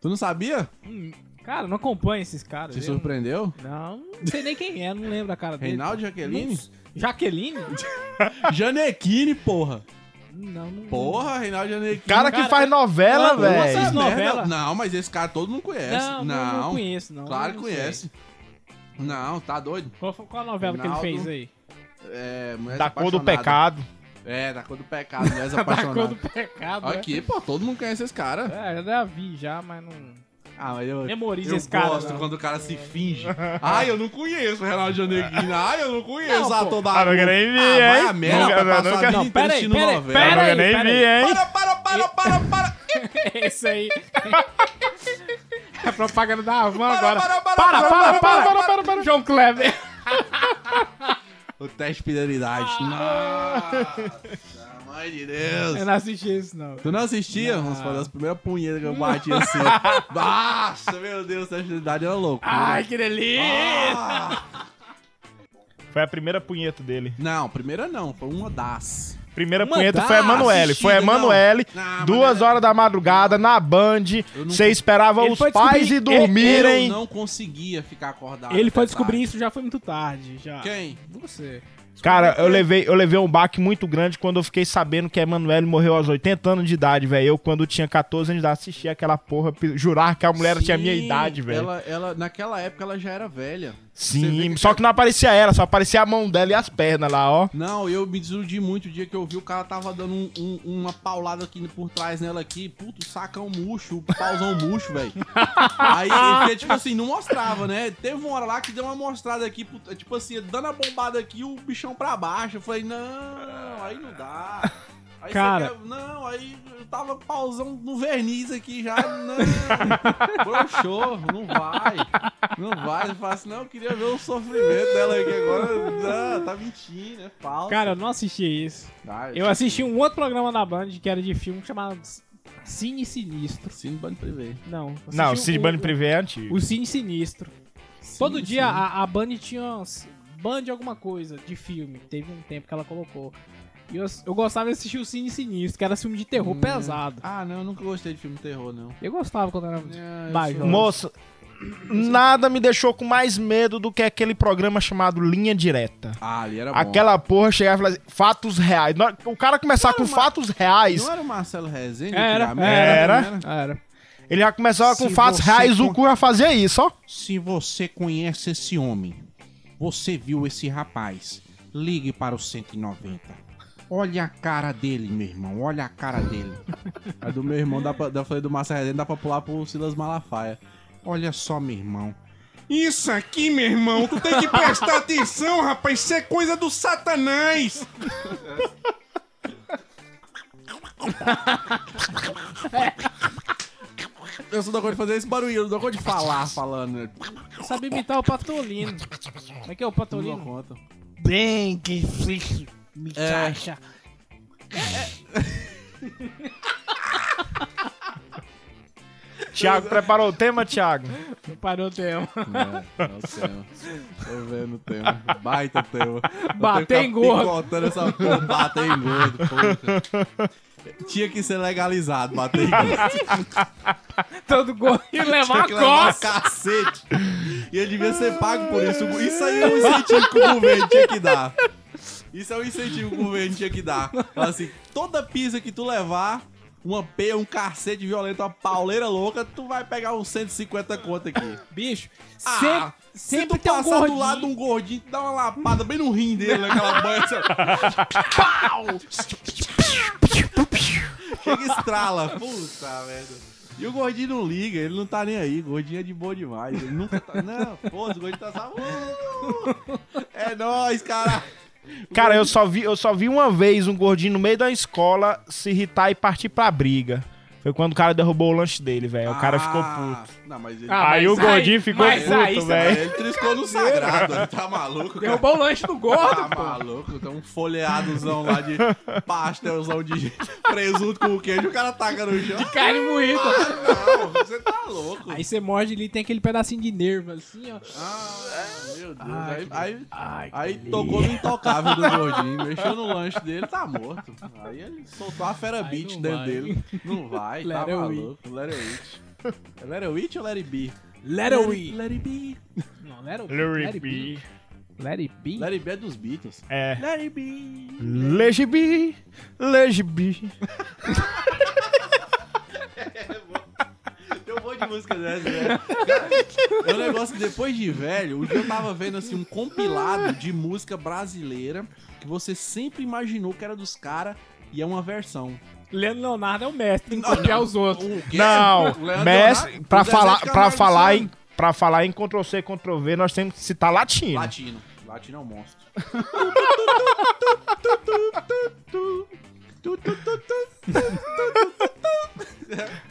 Tu não sabia?
Hum, Cara, não acompanha esses caras.
Te
eu-
surpreendeu?
Não, não sei nem quem é, não lembro a cara dele.
Reinaldo Jaqueline?
Não- Jaqueline?
Janequine, porra.
Não, não.
Porra, Reinaldo Janequine.
Cara que
Cara,
faz novela,
não, não,
velho.
essa-
Merda.
novela?
Não, mas esse cara todo mundo conhece.
Não,
Não,
não, não conheço, não.
claro que
Não sei.
conhece. Não, tá doido.
Qual, foi- qual a novela que ele
Reinaldo.
fez aí?
É, mulher
Da cor do
apaixonada.
pecado.
É, da cor do pecado, mulher apaixonada.
Da cor do pecado. né?
Aqui, pô, todo mundo conhece esse cara.
É, eu já vi já, mas não.
Ah, mas eu,
Memoriza
eu
esse cara.
gosto
não.
quando o cara se finge. Ai, Ah, eu não conheço o Renato Janequim. Ai, eu não conheço
Não,
a
pô.
toda
Ah, não quero nem ver,
vai
hein?
a merda,
Não,
vai
não,
passar
não
a
quero-
vida
Não,
inteira
pera aí,
Tá assistindo
pera aí,
novela.
pera
Ah, não quero nem
pera
ver, hein?
Para, para, para, para, para!
Esse aí. É propaganda da Havan agora.
para, para,
para, para, para, para, para. João Kleber.
O teste de fidelidade.
Ah.
Nossa, mãe de Deus.
Eu não assisti isso, não.
Tu não assistia?
Não.
Nossa, foi uma das primeiras punhetas que eu bati assim. Nossa, meu Deus, essa agilidade era loucura.
Ai, que delícia!
Ah!
Foi a primeira punheta dele.
Não, primeira não, foi uma das.
Primeira
Uma
punheta
tá
dá
foi a Emanuele. Foi a
assistida,
Emanuele.
não. Não, mas
Duas horas da madrugada na Band. Você esperava
Ele
os
foi
pais
descobrir-
e dormirem.
Eu não conseguia ficar acordado.
Ele foi
até
descobrir isso já foi muito tarde. Já.
tarde. Ah, tá Quem?
Você.
Cara, eu levei, eu levei um baque muito grande quando eu fiquei sabendo que a Emanuele morreu aos 80 anos de idade, velho. Eu, quando tinha 14 anos de idade, assistia aquela porra, pe- jurar que a mulher tinha a minha
Sim,
idade, velho.
Ela, ela, naquela época ela já era velha. Você vê
Sim,
que-
só que não aparecia ela, só aparecia a mão dela e as pernas lá, ó.
Não, eu me desiludi muito o dia que eu vi o cara tava dando um- um- uma paulada aqui por trás nela aqui. Puto, sacão murcho, o pauzão murcho, velho. Aí, porque, tipo assim, não mostrava, né? Teve uma hora lá que deu uma mostrada aqui, puta, tipo assim, dando a bombada aqui, o bichão pra baixo. Eu falei, não, aí não dá. Aí você
Cara.
quer- não, aí eu tava com o pauzão no verniz aqui já. Não, broxou, não vai. Não vai. Eu falo assim, não, eu queria ver o sofrimento dela aqui agora. Não, tá mentindo, é falso.
Cara, eu não assisti isso.
Ah,
Eu assisti um outro programa da Band que era de filme chamado Cine Sinistro.
Sim, Band Privé.
Não. eu
Não, o
assisti
Cid
o-
Bunny Privé é antigo.
O Cine Sinistro. Todo
Sim,
dia
sim.
a, a Band tinha uns- Band alguma coisa de filme. Teve um tempo que ela colocou. E eu, eu gostava de assistir o Cine Sinistro, que era filme de terror
Hum.
pesado.
Ah, não, eu nunca gostei de filme de terror, não.
Eu gostava quando era.
É,
Vai,
eu sou-
Moço, nada me deixou com mais medo do que aquele programa chamado Linha Direta.
Ah, ali era bom.
Aquela porra chegava e falava assim, fatos reais. Na hora- O cara começar com fatos reais,
Não é- era o Marcelo Rezende?
Era,
antigamente?
era.
não
Ah, era.
ele já começava com
Se
fatos
você
reais, o
con-
cu já fazia isso, ó.
Se você conhece esse homem, você viu esse rapaz, ligue para o 190. Olha a cara dele, meu irmão, olha a cara dele.
A do meu irmão, dá pra, da, falei do Marcelo Rezende, dá pra pular pro Silas Malafaia.
Olha só, meu irmão.
Isso aqui, meu irmão, tu tem que prestar atenção, rapaz. Isso é coisa do satanás. Eu só dou conta de fazer esse barulho, eu não dou conta de falar falando. né?
Sabe imitar o Patolino. Como é que é o
Não dou
Patolino?
conta.
Bem que fixe, me acha.
Thiago preparou o tema, Thiago?
Parou o tema.
É, é o tema. Tô vendo o tema. Baita tema.
Bater em gordo.
Botando essa porra. Bater em gordo, porra. Tinha que ser legalizado, bater em gordo.
Todo gordo e levar
Tinha
a
que levar um
costa.
cacete. E ele devia ser pago por isso. Isso aí é um incentivo que o governo tinha que dar. Isso é um incentivo que o governo tinha que dar. Fala assim, toda pizza que tu levar, uma peia, um cacete violento, uma pauleira louca, tu vai pegar uns 150 conto aqui.
Bicho,
Ah,
sempre,
Se
sempre
tu
tem um
passar do
gordinho.
lado de um gordinho, tu dá uma lapada bem no rim dele naquela banha. assim, ó. Pau! Chega e estrala. Puta merda. E o gordinho não liga, ele não tá nem aí. O gordinho é de boa demais. Ele nunca tá. Não, foda, o gordinho tá só. "Uh, É nóis, cara.
Cara, eu só, vi, eu só vi uma vez um gordinho no meio da escola se irritar e partir pra briga. Foi quando o cara derrubou o lanche dele, velho. O cara ficou puto. é.
puto. Ah, Não, mas ele. tá-
Ah,
aí
mas
o gordinho ficou
mas
puto,
aí você
Mas
velho.
ele triscou no sagrado, ele tá maluco, cara.
Derrubou o lanche do gordo,
Tá
um pô.
maluco? Tem um folheadozão lá de pastelzão de presunto com queijo, o cara taca no chão.
Carne moída.
Não, você tá louco.
Aí você morde ali, tem aquele pedacinho de nervo, assim, ó.
Meu Deus, aí, aí, aí tocou no intocável do gordinho, mexeu no lanche dele, tá morto. Aí ele soltou a fera
Aí
beat
não
dentro
vai.
dele. Não vai, tá
Let it
maluco. Let it eat. É Let it eat ou let it be?
Let it be.
Let it be.
Não, let it,
Larry B.
Let it be.
Let it be é dos Beatles.
É.
Let it be.
Legibi, legibi.
Tem um monte de música dessa, né? É um negócio que depois de velho, o dia eu tava vendo assim um compilado de música brasileira que você sempre imaginou que era dos caras e é uma versão.
Leandro Leonardo é o mestre em copiar os outros.
Um O quê?
Não,
O Leandro
mestre,
Leonardo-
pra
o Zezé de
falar, pra
Camargo
falar
Luciano.
em, pra falar em Ctrl C, Ctrl V, nós temos que citar latino.
Latino. Latino é um monstro.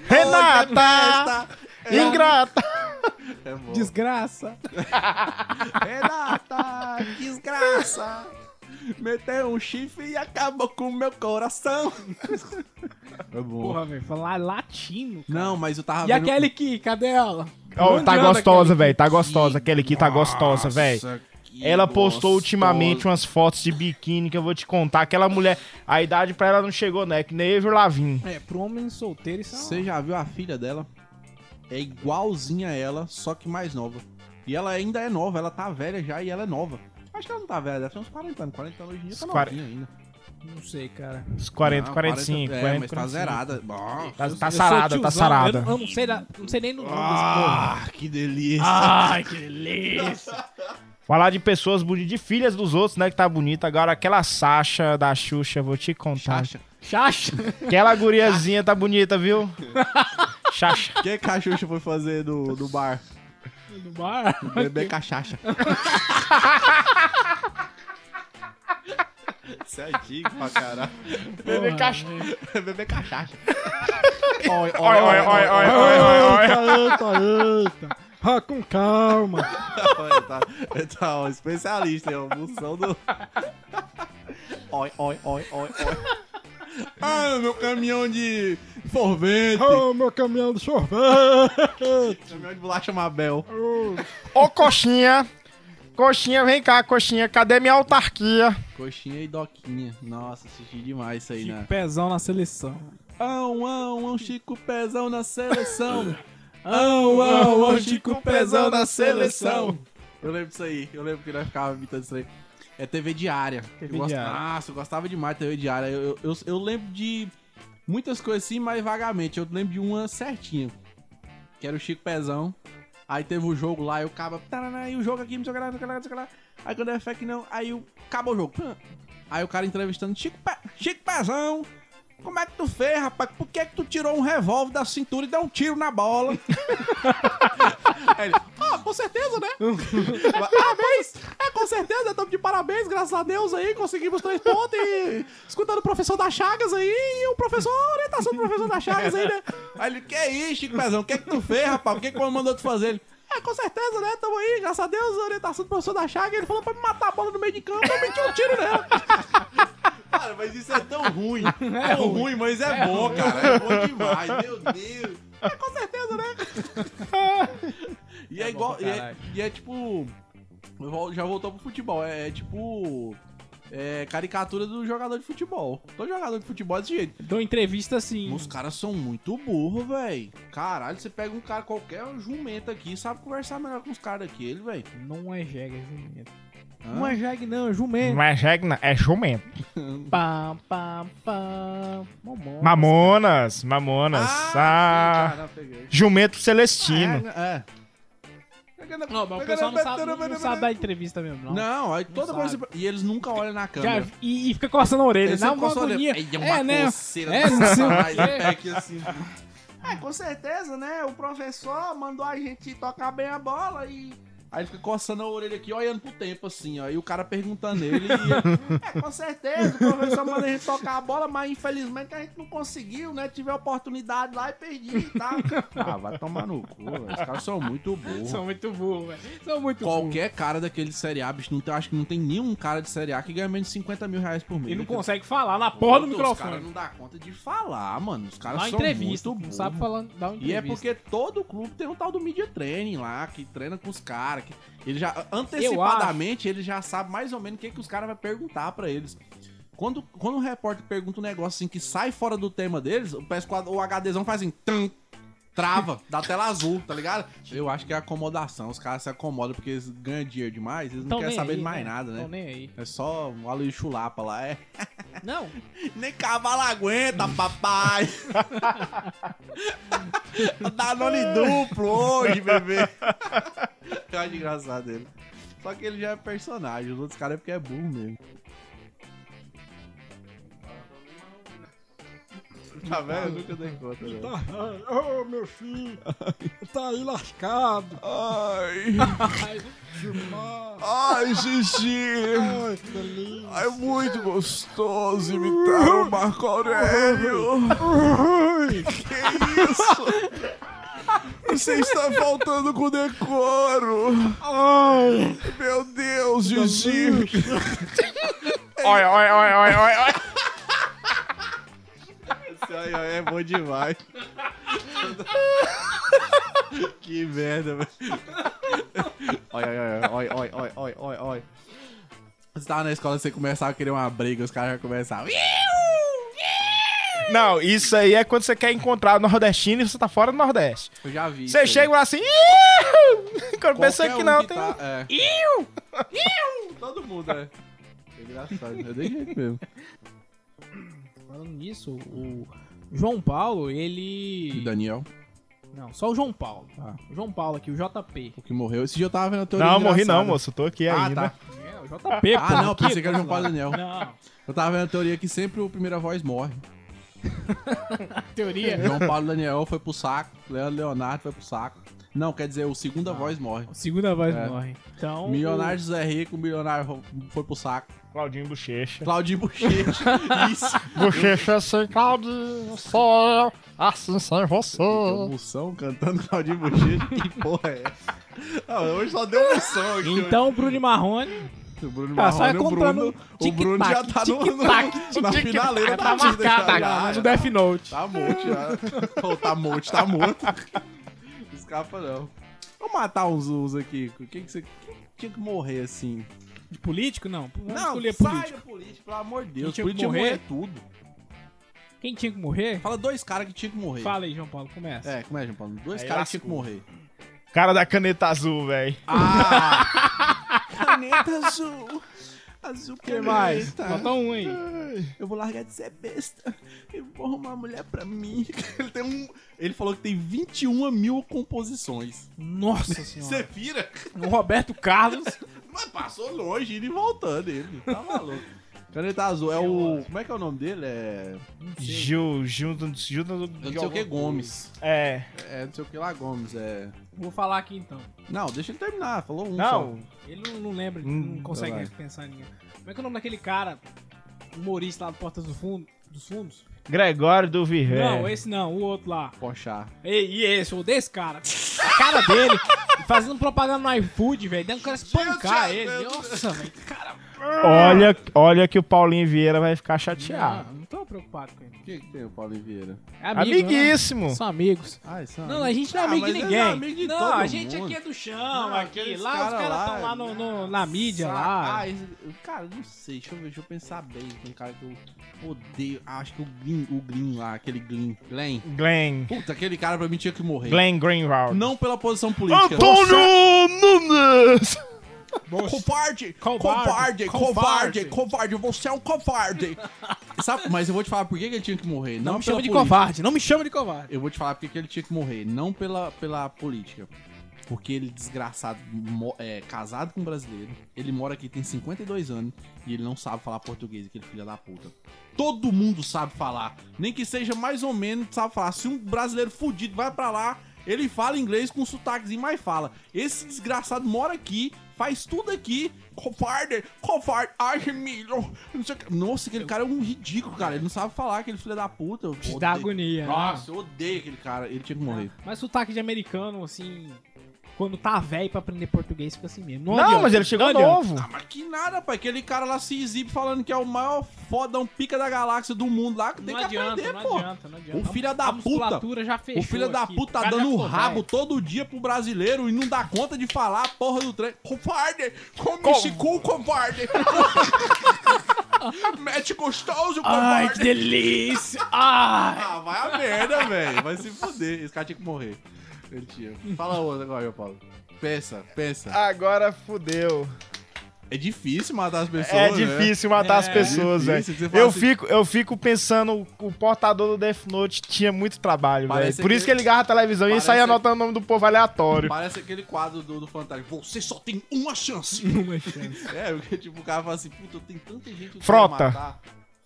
Renata, ingrata.
É bom.
Desgraça.
Renata, desgraça. Meteu um chifre e acabou com o meu coração. É bom.
Porra, velho, falar latino. cara.
Não, mas eu tava
E
vendo...
aquele que, cadê ela?
Oh, tá
Onde anda
gostosa,
aquele
velho, tá gostosa. Aquele aqui tá gostosa, velho. Ela postou ultimamente umas fotos de biquíni que eu vou te contar. Aquela mulher, a idade pra ela não chegou, né? Que nem Evil Lavin.
que- É, pro homem solteiro
um
isso é uma-
Você já viu a filha dela? É igualzinha a ela, só que mais nova. E ela ainda é nova, ela tá velha já e ela é nova. Acho que ela não tá velha, deve ter uns 40 anos. 40 anos hoje em dia tá
Os quare-
novinha ainda.
Não sei, cara.
Uns 40,
Não,
45,
40,
40,
é, mas tá
45.
zerada. Nossa.
Tá, tá
Eu sou
sarada, tá
tiozão,
sarada.
Eu não, eu não sei, da- não sei nem no nome
Ah, que delícia.
Ai, que delícia.
Falar de pessoas bonitas, de filhas dos outros, né? Que tá bonita. Agora aquela Sasha da Xuxa, vou te contar.
Chacha.
Chacha.
Aquela guriazinha tá bonita, viu? Xaxa.
O que que a Xuxa foi fazer no, no bar?
No bar.
Beber cachaça. Isso é antigo pra caralho.
Bebê cachaça.
Beber cachaça.
Oi,
Oi, oi, oi, oi,
Tá
oi, oi, oi.
Ah, com calma.
Ele tá, ele tá um especialista, é uma função do. Oi, oi, oi, oi, oi. Ah, meu caminhão de sorvete.
Ô, meu caminhão de sorvete.
Caminhão de bolacha Mabel.
Ô,
Ô, coxinha. Coxinha, vem cá, coxinha. Cadê minha autarquia?
Coxinha e doquinha. Nossa, assisti demais isso aí, né?
Pezão na seleção.
Ão, ão, ão, Chico Pezão na seleção. Ão, ão, ão, Chico Pezão na seleção. Eu lembro disso aí. Eu lembro que nós ficava imitando isso aí. É TV diária.
TV
eu gosto-
diária.
Nossa, eu gostava demais de TV diária. Eu, eu, eu- eu lembro de muitas coisas assim, mas vagamente. Eu lembro de uma certinha. Que era o Chico Pezão. Aí teve o jogo lá, e o caba. "Taraná, E o jogo aqui, não sei o que lá, não sei o que lá, não sei o que lá. Aí quando é fé que não, aí o, acabou o jogo. Pã. Aí o cara entrevistando Chico, Pe... Chico Pezão. Como é que tu fez, rapaz? Por que, que tu tirou um revólver da cintura e deu um tiro na bola? Aí ele, ah, com certeza, né? "Ah, Parabéns! É, com certeza, estamos de parabéns, graças a Deus aí, conseguimos três pontos e escutando o professor da Chagas aí e o professor, a orientação do professor da Chagas aí, né? Aí ele, que isso, Chico Pezão, o que é que tu fez, rapaz? O que que o homem mandou tu fazer? Ele, é, com certeza, né? Tamo aí, graças a Deus, a orientação do professor da Chagas, ele falou pra me matar a bola no meio de campo, eu meti um tiro nela. Cara, mas isso é tão ruim. É, ruim, mas é, bom, cara. É bom demais, meu Deus. É, com certeza, né? e é,
É bom
igual.
pra
e, é,
caralho.
e é tipo. eu vol- Já voltou pro futebol. É, é tipo. É caricatura do jogador de futebol. Todo jogador de futebol é desse jeito.
Dou entrevista assim.
Os caras são muito burros, velho. Caralho, você pega um cara qualquer um jumento aqui, sabe conversar melhor com os caras daquele, velho.
Não é jegue, é jumento. Não é jegue, não, é jumento.
Não é jegna, é jumento.
Pá, pá, pá. Mamona.
Mamonas, mamonas. Ah,
cara, peguei.
jumento celestino.
É,
Não, mas o pessoal não sabe, não sabe dar entrevista mesmo, não.
Não, aí toda
Não
vez.
sabe.
E eles nunca olham na
Já,
câmera.
e, e fica coçando a orelha,
Eles
dá
sempre
uma
coçam a orelha.
agonia.
É, uma
É, né?
coceira
É, não sei o quê.
É, que assim. É, com certeza, né? O professor mandou a gente tocar bem a bola e. Aí ele fica coçando a orelha aqui, olhando pro tempo, assim, ó. E o cara perguntando ele. E ele, é, com certeza, o professor manda a gente tocar a bola, mas infelizmente a gente não conseguiu, né? Tive a oportunidade lá e perdi e tal. Ah, vai tomar no cu, velho. Os caras são muito burros.
São muito burros, velho. São muito burros.
Qualquer cara daquele de Série A, bicho, não tem, acho que não tem nenhum cara de Série A que ganha menos de 50 mil reais por mês.
E não
Cara,
consegue falar na porra do
os caras
microfone.
não dá conta de falar, mano. Os caras
Dá
são muito
entrevista, não
burros.
sabe falar, dá uma
E
entrevista.
é porque todo clube tem um tal do media training lá, que treina com os caras. que Ele já, antecipadamente, ele já sabe mais ou menos o que, que os caras vão perguntar pra eles. Quando, quando o repórter pergunta um negócio assim que sai fora do tema deles, o PS4, o HDzão faz assim, tum, trava, da tela azul, tá ligado? Eu acho que é acomodação, os caras se acomodam porque eles ganham dinheiro demais, eles não
Tão
querem
nem
saber
aí,
de mais nada, né?
Tão nem aí.
É só um Aloysio Chulapa lá, é.
Não,
Nem cavalo aguenta, papai! Danone duplo hoje, bebê! Eu acho engraçado ele. Só que ele já é personagem, os outros caras é porque é burro mesmo. Tá vendo? Nunca dei conta, né?
Ô, meu filho, tá aí lascado.
Ai,
Gilmar.
ai, xixi!
Ai, que delícia.
É muito gostoso imitar o Marco Aurélio!
Ui,
Que isso? Você está faltando com decoro!
ai, Tá
Meu Deus, Gigi!
Gigi.
Ah,
Olha, olha, olha, olha, olha. olha.
É bom demais. que merda, velho. Oi, oi, oi, oi, oi, oi, oi, oi. Você tava na escola, você começava a querer uma briga, os caras já começavam.
Não, isso aí é quando você quer encontrar o nordestino e você tá fora do Nordeste.
Eu já vi.
Você chega lá assim. "Iu!" Quando pensa que não, tem. um-
Tá, é. Todo mundo, é. É engraçado, eu dei jeito mesmo.
falando nisso, o João Paulo,
E
ele...
Daniel,
Não, só o João Paulo.
Tá.
O João Paulo aqui, o JP.
o que morreu. Esse dia eu tava vendo a teoria
Não, morri
engraçada.
não, moço. Tô aqui
Ah,
ainda.
tá.
É, o JP,
Ah,
pô,
não,
aqui,
pensei que era o João
tá
Paulo
lá.
Daniel.
Não,
Eu tava vendo a teoria que sempre o primeira voz morre.
teoria...
João Paulo Daniel foi pro saco, Leandro Leonardo foi pro saco. Não, quer dizer, o segunda voz morre.
Segunda voz
É.
morre. Ah. Então... o-
Milionário José Rico, milionário foi pro saco.
Claudinho Bochecha.
Claudinho Bochecha. Isso.
Bochecha sem caldinho, sou eu, assim sem você.
Tem Moção cantando Claudinho Bochecha. Que porra é essa? Ah, hoje só deu moção aqui. hoje.
Então, o Bruno Marrone
o Bruno
tá só
Marrone, o
encontrando
Bruno, o
tic-tac,
Bruno já tá no, no, na finaleira
tá
da vida.
marcado
já,
agora
já,
no Death Note.
Tá morto já. Ou tá morto, tá morto. Escapa não. Vamos matar uns uns aqui. Quem que você. Quem tinha que morrer assim?
De político? Não. Vamos escolher
sai
político.
da política, pelo amor de
Quem
Deus.
tinha que
Política
morrer?
morrer tudo.
Quem tinha que morrer?
Fala dois caras que tinha que morrer.
Fala aí, João Paulo, começa.
É, como é, João Paulo? Dois
Aí
caras que tinha que
lascou.
morrer.
Cara da caneta azul, velho.
Ah! caneta azul. Azul
O que mais?
Tá.
Falta um aí.
Eu vou largar de ser besta. Eu vou arrumar uma mulher pra mim. Ele tem um. Ele falou que tem 21 mil composições.
Nossa senhora.
Você vira?
O Roberto Carlos.
Mas passou longe, indo e voltando ele. Tá maluco. Caneta Azul. É o. Como é que é o nome dele? É.
Gil, Gil, Gil, Gil
Eu não sei o que É Gomes.
É.
É, não sei o que lá Gomes. É.
Vou falar aqui então.
Não, deixa ele terminar. Falou um.
Não,
só.
Ele não, não lembra, não consegue
vai.
pensar em ninguém. Como é que é o nome daquele cara, humorista lá do Portas do Fundo, dos Fundos?
Gregório do Virré.
Não, esse não, o outro lá.
Pochá.
Ei, e esse, ou desse cara. A cara dele, fazendo propaganda no iFood, velho. Dando cara espancar ele. Nossa, velho. Cara,
Olha, olha que o Paulinho Vieira vai ficar chateado.
não, não tô preocupado com ele.
O que, que tem o Paulo Vieira?
É
Amiguíssimo.
né? São amigos.
Ah, isso é
Não, a gente não é
Ah,
amigo de
mas ele
ninguém.
é amigo de
não,
todo
a gente
mundo.
aqui é do chão,
Não,
aqui.
aqueles
Lá os
cara
caras
lá- é
estão lá no, no- na mídia
Sa-
lá.
Ah, esse- cara, não sei. Deixa eu ver, deixa eu pensar bem. Tem um cara que eu odeio. Ah, acho que o Glyn, o Glyn lá, aquele Glyn. Glenn.
Glenn.
Puta, aquele cara pra mim tinha que morrer.
Glenn Greenwald.
Não pela posição política. é
Antônio Nunes!
um Covarde!
Covarde,
Covarde! Covarde!
covarde.
Covarde! Você é um covarde! Sabe, mas eu vou te falar por que que ele tinha que morrer. Não,
não me
pela
chama de
política.
covarde, não me chama de covarde.
Eu vou te falar porque que ele tinha que morrer, não pela, pela política. Porque ele, desgraçado, mo- é casado com um brasileiro, ele mora aqui tem 52 anos e ele não sabe falar português, aquele filho da puta. Todo mundo sabe falar, nem que seja mais ou menos sabe falar. Se um brasileiro fudido vai pra lá, ele fala inglês com um sotaquezinho, mas fala. Esse desgraçado mora aqui, faz tudo aqui, covarde, covarde, ai, milho. não sei o que. Nossa, aquele cara é um ridículo, cara. Ele não sabe falar, aquele filho da puta. Eu
Te
odeio.
dá agonia. né?
Nossa, eu odeio aquele cara. Ele tinha que morrer.
Mas sotaque de americano, assim, quando tá velho pra aprender português, fica assim mesmo.
Não,
adianta,
mas ele chegou
adianta.
novo.
Ah, mas que nada, pai. Aquele cara lá se exibe falando que é o maior fodão pica da galáxia do mundo lá. que Tem
Não
que
adianta,
aprender,
não
pô.
adianta, não adianta.
O filho
A-
da
a
puta.
musculatura já fechou
O filho da
aqui.
puta
O
tá
cara já
dando o
ficou
rabo
velho.
todo dia pro brasileiro e não dá conta de falar a porra do trem. Covarde! Come esse cu, covarde! Mete gostoso, covarde! Ai, que delícia! Ah, vai a merda, velho. Vai se fuder. Esse cara tinha que morrer. Ele tinha. Fala outro agora, meu Paulo. Pensa, pensa.
Agora fudeu.
É difícil matar as pessoas.
É
né?
difícil matar as
É,
pessoas,
é
velho.
difícil, você fala
Eu
assim-
fico, eu fico pensando, o- o portador do Death Note tinha muito trabalho, velho.
Parece
Por isso
que-
que ele ligava a televisão e
parece-
saía anotando o nome do povo aleatório.
Parece aquele quadro do, do Fantástico. Você só tem uma chance.
Uma chance.
é, porque tipo, o cara fala assim, puta, tem tanta gente que
Frota.
eu quero matar.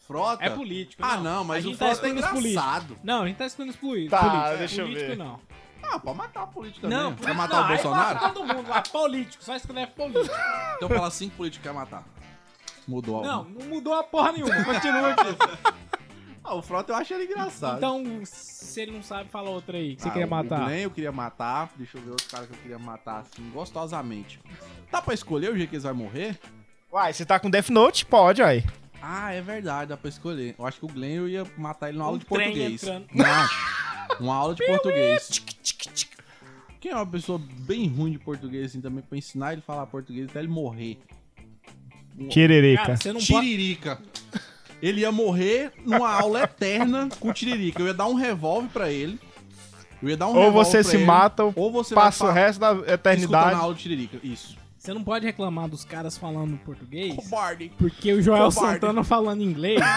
Frota?
É político.
Ah, não,
A
mas
gente
o Frota é
excluindo os políticos.
engraçado.
Não, a gente tá excluindo os políticos.
Tá,
políticos.
deixa eu
político,
ver.
não.
Ah, pode matar o político também.
Não,
Quer matar
não,
o
aí
Bolsonaro?
mata todo mundo lá, político, só escreve político.
Então fala cinco políticos que quer matar. Mudou algo.
Não, não mudou a porra nenhuma, continua aqui.
Ah, o Frota eu acho ele engraçado.
Então, se ele não sabe, fala outra aí, que você
Ah,
queria
O
matar.
Glenn eu queria matar. Deixa eu ver outro cara que eu queria matar, assim, gostosamente. Dá pra escolher o jeito que eles vão morrer?
Uai, você tá com Death Note? Pode, uai.
Ah, é verdade, dá pra escolher. Eu acho que o Glenn eu ia matar ele numa
Um
aula de
trem
português.
entrando.
Não, uma aula de português. Quem é uma pessoa bem ruim de português, assim, também, pra ensinar ele a falar português até ele morrer?
Tiririca.
Cara, você não pode...
Tiririca. Ele ia morrer numa aula eterna com o Tiririca. Eu ia dar um revólver pra ele. Eu ia dar um
Ou
revólver
você
pra
se
ele.
mata ou
ou você vai
Passa o
pa-
resto da
escutando
eternidade.
a aula de Tiririca. Isso.
Você não pode reclamar dos caras falando português,
Cobarde.
porque o Joel
Covarde.
Santana falando inglês, velho.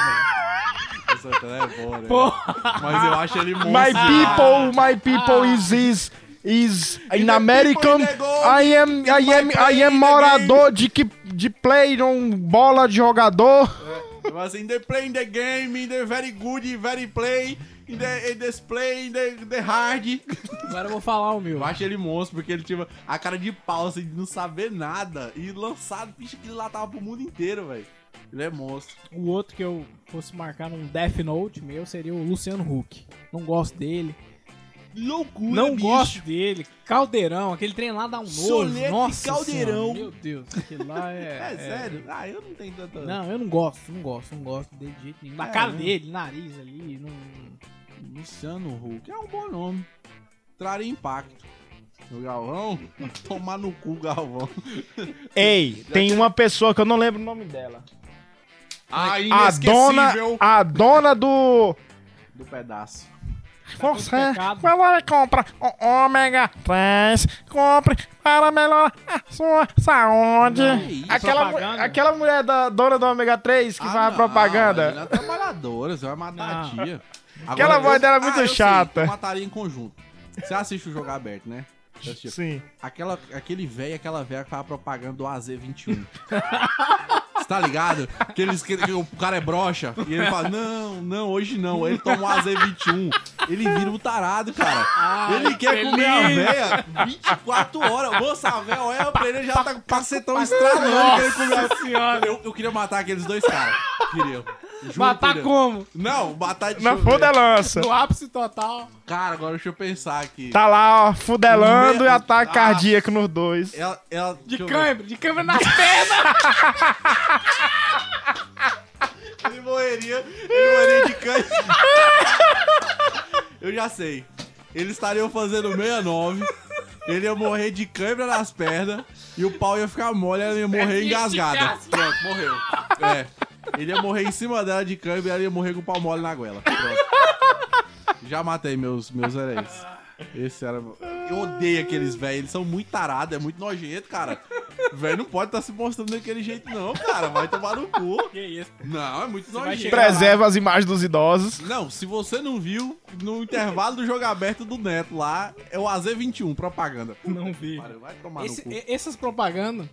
Essa é boa, né?
Porra.
Mas eu acho ele monstro.
My people, my people is is is in American.
people in Ah. the gold.
I am I am I am morador de que de play não bola de jogador.
Mas assim, in the play, in the game, in the very good, very play, in the, in this play, in the, the hard.
Agora eu vou falar o meu.
Eu acho ele monstro, porque ele tinha a cara de pau, assim, de não saber nada. E lançado, bicho, aquilo lá tava pro mundo inteiro, velho. Ele é monstro.
O outro que eu fosse marcar num Death Note meu seria o Luciano Huck. Não gosto dele.
Loucura,
Não gosto dele. Caldeirão, aquele trem lá dá um nojo.
Solete
Nossa
Caldeirão.
senhora, Meu Deus, aquele lá é...
É, sério? Ah, eu não tenho tanta... Não,
Não, eu não gosto, não gosto, não gosto dele de jeito nenhum. Na
É,
cara
né?
dele, nariz ali, não...
Luciano Huck é um bom nome. Traria impacto. O Galvão? Tomar no cu, Galvão.
Ei, tem uma pessoa que eu não lembro o nome dela.
Ah,
A dona a dona do
Do pedaço.
Você
todo pecado.
valor compra o ômega 3, compre para melhorar a sua saúde.
Não, isso,
aquela, mu-
propaganda.
aquela mulher da dona do ômega 3 que
Ah,
faz a
não, mas
propaganda.
Ela é trabalhadora, você vai matar
Não.
a tia.
Aquela
Agora,
voz
eu-
dela é muito
eu
chata.
Sei, eu mataria em conjunto. Você assiste o jogo aberto, né? Você assistiu.
Sim.
Aquela, aquele velho e aquela velha que faz a propaganda do AZ21. tá ligado? Que, eles, que, que o cara é broxa. E ele fala, não, não, hoje não. Aí Ele toma um AZ21. Ele vira um tarado, cara. ele quer comer a véia 24 horas. Moça, a véia olha pra ele e já tá com o pacetão estralando. que ele comeu.
senhora.
Eu, eu queria matar aqueles dois caras. Queria. Juro,
Matar
queria.
tá como?
Não, matar de
Na
deixa eu ver.
fudelança.
No ápice total.
Cara, agora deixa eu pensar aqui.
Tá lá, ó, fudelando e ataque
Ah.
cardíaco nos dois.
Ela, ela,
De
deixa eu ver.
câimbra, de câimbra nas pernas.
Ele morreria, ele morreria de cãibra. Eu já sei. Eles estariam fazendo 69. Ele ia morrer de cãibra nas pernas. E o pau ia ficar mole, ela ia morrer engasgada. Pronto, morreu. É. Ele ia morrer em cima dela de cãibra e ela ia morrer com o pau mole na goela. Pronto. Já matei meus, meus heréis. Esse era. Eu odeio aqueles velhos. Eles são muito tarados, é muito nojento, cara. Velho não pode estar se mostrando daquele jeito, não, cara. Vai tomar no cu.
Que isso?
Não, é muito
vai
nojento.
chegar lá.
Preserva as imagens dos idosos.
Não, se você não viu, no intervalo do jogo aberto do Neto lá, é o AZ21, propaganda.
Não vi.
Cara, vai tomar
Esse-
no cu.
e- essas propagandas.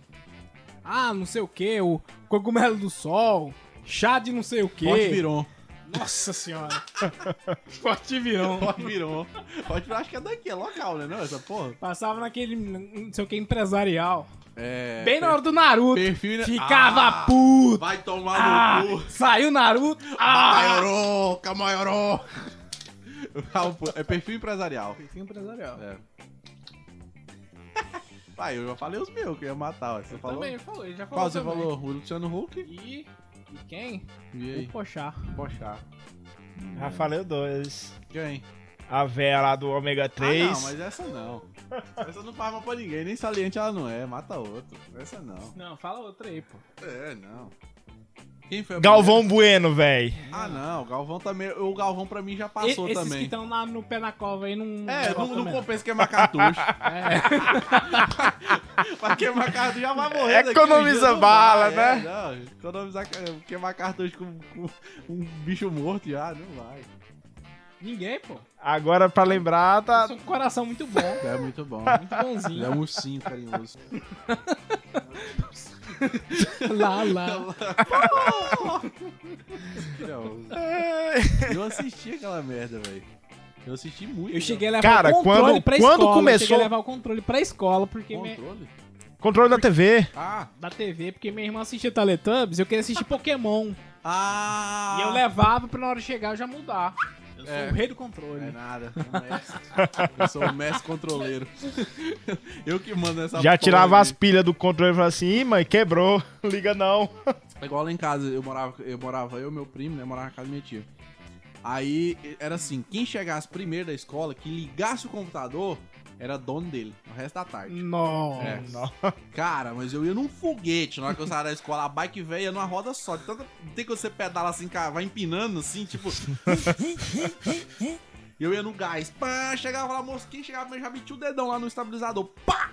Ah, não sei o que, o cogumelo do sol, chá de não sei o que.
Pode viron.
Nossa senhora. Forte virão.
Pode viron. Pode viron, acho que é daqui, é local, né? Não, essa porra.
Passava naquele, não sei o que, empresarial.
É.
Bem na hora do Naruto.
Perfil,
Ficava
Ah,
puto.
Vai tomar
Ah,
no cu.
saiu Naruto. Ah,
Maiorô, Camaiorô. É perfil empresarial.
Perfil empresarial.
É. Vai, eu já falei os meus que eu ia matar. ó. Você falou?
Também, falou, ele já falou.
Qual você
também.
falou? O Luciano Huck?
E, e quem?
E
O
aí?
Pochá.
Poxa.
Já falei dois.
Quem?
A véia lá do ômega 3.
Ah, não, mas essa não. Essa não faz mal pra ninguém, nem saliente ela não é, mata outro. Essa não.
Não, fala outra aí, pô.
É, não. Quem foi a
Galvão Bueno, véi.
primeira? Ah, não, o Galvão também. O Galvão pra mim já
E-
passou
esses que
também.
estão lá no pé na cova aí não.
É, não,
gosto
não
também.
compensa queimar cartucho.
É.
pra queimar cartucho já vai morrer.
É,
daquele jeito,
economiza
não
bala,
vai,
né?
é, não, economizar, ca- queimar cartucho com, com um bicho morto já, não vai.
Ninguém, pô.
Agora pra lembrar,
Eu
tá.
sou um coração muito bom.
É muito bom.
Muito bonzinho.
é um ursinho carinhoso.
lá, lá.
Não, é um eu assisti aquela merda, velho. Eu assisti muito.
Eu cheguei a levar
Cara,
o controle
quando-
pra
quando
escola. Eu cheguei
começou-
a levar o controle pra escola, porque minha-
Controle?
Controle da TV.
Ah!
da TV, porque minha irmã assistia Teletubbies, eu queria assistir Pokémon.
Ah!
E eu levava pra na hora de chegar eu já mudar. Eu sou
É.
o rei do
É
controle.
nada, sou um mestre. eu sou o mestre controleiro. Eu que mando essa
Já
porra
tirava
aí.
as pilhas do controle e falava assim: ih, mãe, quebrou. Liga não.
É Igual lá em casa, eu morava, eu morava, eu e meu primo, né? Morava na casa da minha tia. Aí era assim: quem chegasse primeiro da escola, que ligasse o computador, era dono dele, o resto da tarde.
Nossa.
É. Cara, mas eu ia num foguete na hora que eu saía da escola. A bike velha ia numa roda só. Tanto tem que você pedala assim, cara, vai empinando assim, tipo. E eu ia no gás. Pá, chegava lá, moço, quem chegava primeiro já metia o dedão lá no estabilizador. Pá!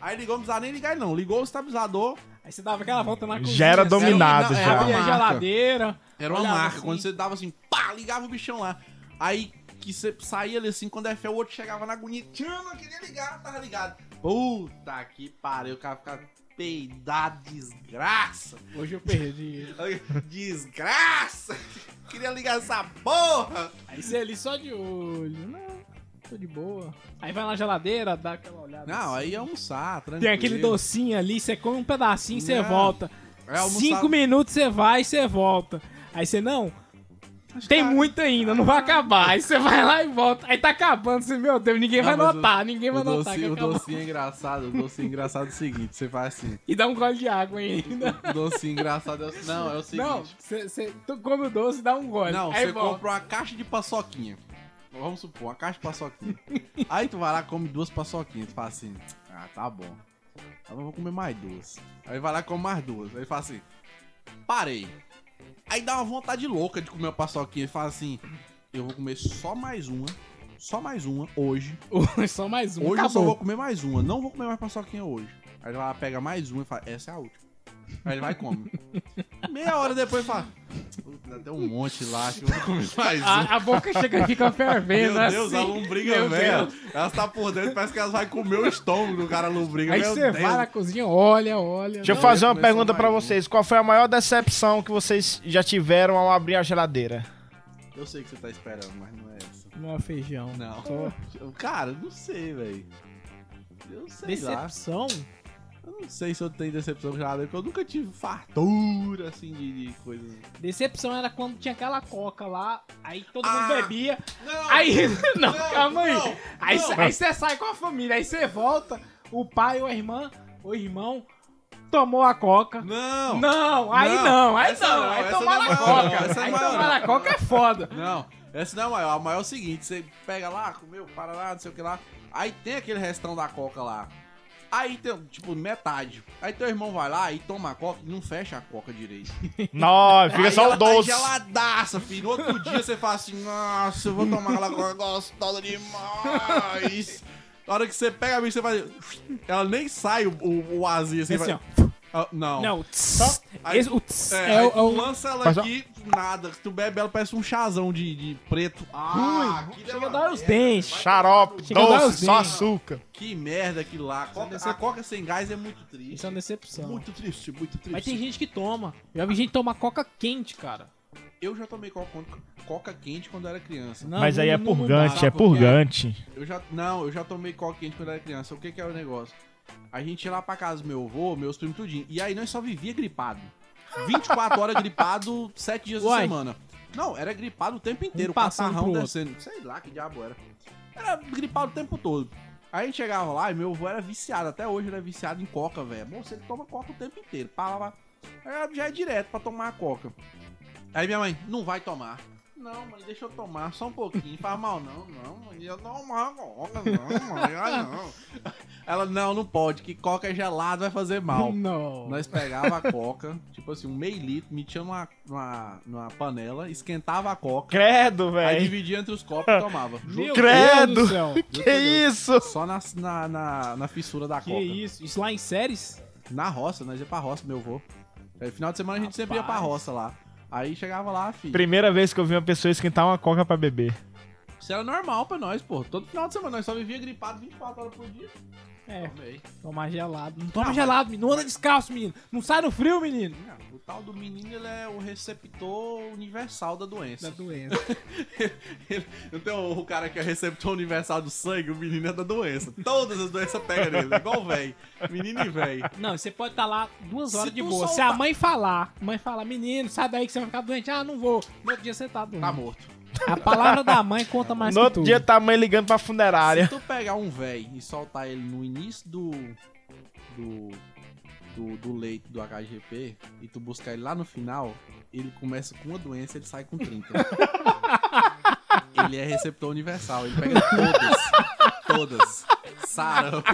Aí ligou, não precisava nem ligar, não. Ligou o estabilizador.
Aí você dava aquela volta na cozinha.
Já era
assim,
dominado,
era-
já.
era-
Abria a
marca.
geladeira.
Era uma
Olhava
marca.
assim.
Quando você dava assim, pá, ligava o bichão lá. Aí que você saía ali assim, quando é fé, o outro chegava na agonia. Tchama, queria ligar, tava ligado. Puta que pariu, o cara ficava peidado, desgraça.
Hoje eu perdi.
Desgraça! Queria ligar essa porra!
Aí você ali só de olho. Não, tô de boa. Aí vai na geladeira, dá aquela olhada.
Não,
assim.
aí é almoçar, tranquilo.
Tem aquele docinho ali, você come um pedacinho, você
Não.
volta.
É almoçar.
Cinco minutos você vai e você volta. Aí você não.
é
Tem muito ainda, não vai acabar. Aí você vai lá e volta. Aí tá acabando, você, meu Deus, ninguém
Não,
vai
mas o-
notar, ninguém vai
O
notar que
docinho, o
acabou.
docinho é engraçado, o docinho engraçado é o seguinte, você faz assim,
E dá um gole de água ainda.
o docinho engraçado é o Não, é o seguinte.
Não, você você- tu come o doce e dá um gole.
Não,
aí
você
volta.
compra uma caixa de paçoquinha. Vamos supor, uma caixa de paçoquinha. Aí tu vai lá, come duas paçoquinhas. Tu fala assim, ah, tá bom. Eu não vou comer mais duas. Aí vai lá e come mais duas. Aí fala assim, parei. Aí dá uma vontade louca de comer uma paçoquinha. E fala assim, eu vou comer só mais uma. Só mais uma hoje.
Só mais um.
Hoje eu só
acabou.
vou comer mais uma. Não vou comer mais paçoquinha hoje. Aí ele vai lá, pega mais uma e fala, essa é a última. Aí ele vai e come. Meia hora depois ele fala, Tem um monte lá que eu vou comer mais
Ah.
um.
A, a boca chega e fica fervendo
Meu Deus,
assim.
a lombriga,
Meu
velho.
Deus.
Elas tá por dentro, parece que elas vai comer o estômago do cara lombriga.
Aí
Meu
você
Deus.
vai na cozinha, olha, olha. né?
Deixa eu
Não,
fazer
eu
uma
começo
pergunta
mais
pra
um.
vocês. Qual foi a maior decepção que vocês já tiveram ao abrir a geladeira?
Eu sei o que você tá esperando, mas não é essa.
Não é feijão.
Não.
Só
Eu- Cara, eu não sei, velho. Eu sei lá.
decepção.
Eu não sei se eu tenho decepção com geladeira, porque eu nunca tive fartura, assim, de, de coisas.
Decepção era quando tinha aquela coca lá, aí todo
Ah.
mundo bebia.
Não!
Aí,
Não,
não, calma aí.
não,
aí
não.
você sai com a família, aí você volta, o pai ou a irmã, o irmão, tomou a coca.
Não!
Não, aí
Não,
não, aí
essa
não,
não,
aí
essa
tomar
não é
a
maior, não,
coca.
essa é
aí
maior,
tomar a coca é foda.
Não, essa não é a maior. A maior é o seguinte: você pega lá, comeu, para lá, não sei o que lá. Aí tem aquele restão da coca lá. Aí tem, tipo, metade. Aí teu irmão vai lá e toma a coca e não fecha a coca direito.
Não, fica
Aí
só
ela
o doce.
Tá geladaça, filho. No outro dia você fala assim: Nossa, eu vou tomar aquela coca gostosa demais. Na hora que você pega a bicha, você faz. Ela nem sai o, o, o azinho assim.
Assim,
vai- Ah, Não.
Não, tss,
Aí-
esse- o tss
É,
é,
aí
o-
tu
é o.
lança ela
Mas, ó.
aqui, nada. Se tu bebe, ela parece um chazão de, de preto. Ah, que
Chega a
delícia.
dar os dentes.
Xarope,
Chega a dar os
doce, só
dentes.
açúcar.
Que merda aquilo lá. Coca- a coca sem gás é muito triste.
Isso é uma decepção.
Muito triste, muito triste.
Mas tem gente que toma. Já vi gente tomar coca quente, cara.
Eu já tomei coca, coca quente quando era criança.
Não,
Mas aí
não-
é
não- não
purgante,
dá,
é
porque-
purgante.
Eu já, não, eu já tomei coca quente quando era criança. O que que era o negócio? A gente ia lá pra casa do meu avô, meus primos tudinho. E aí nós só vivia gripado. 24 horas gripado, 7 dias da
Uai.
semana. Não, era gripado o tempo inteiro.
Um passando
catarrão
pro outro.
descendo. Sei lá que diabo era. Era gripado o tempo todo. Aí a gente chegava lá e meu avô era viciado. Até hoje ele é viciado em coca, velho. Bom, você toma coca o tempo inteiro. Pá, lá, lá. Aí já é direto pra tomar a coca. Aí minha mãe, não vai tomar. Não, mãe, deixa eu tomar só um pouquinho. Faz mal, não, não, mãe. Eu não tomo coca, não, mãe. Ai, não. Ela, não, não pode, que coca é gelada vai fazer mal.
Não.
Nós pegava a coca, tipo assim, um meio litro, metia numa, numa, numa panela, esquentava a coca,
Credo,
aí
velho.
dividia entre os copos e tomava. Ju-
Meu
Credo.
Deus do céu.
Que isso?
Só na, na, na, na fissura da
Que
coca.
isso? Isso lá em séries?
Na roça, nós ia pra roça, meu avô. Aí, final de semana a gente sempre ia pra
Rapaz.
roça lá. Aí chegava lá, filho.
Primeira vez que eu vi uma pessoa esquentar uma coca pra beber.
Isso era normal pra nós, pô. Todo final de semana nós só vivia gripado 24 horas por dia.
É,
Tomei.
tomar gelado. Não toma
mas-
gelado, menino. Não anda descalço, menino. Não sai no frio, menino.
Ah, O tal do menino, ele é o receptor universal da
Da
é doença.
doença.
Então, o cara que é receptor universal do sangue, o menino é da doença. Todas as doenças pegam nele, igual velho. Menino e velho.
Não, você pode estar lá duas
Se
horas de
tu
boa. Se
soltar-
a mãe falar, mãe falar, menino, sai daí que você vai ficar doente. Ah, não vou. No outro dia você tá doente.
Tá morto.
A palavra da mãe conta mais
no
que
outro
tudo.
dia tá a mãe ligando pra funerária.
Se tu pegar um velho e soltar ele no início do. do. do, do leito do HGP e tu buscar ele lá no final, ele começa com uma doença ele sai com 30. ele é receptor universal, ele pega todas. Todas. Sarampo.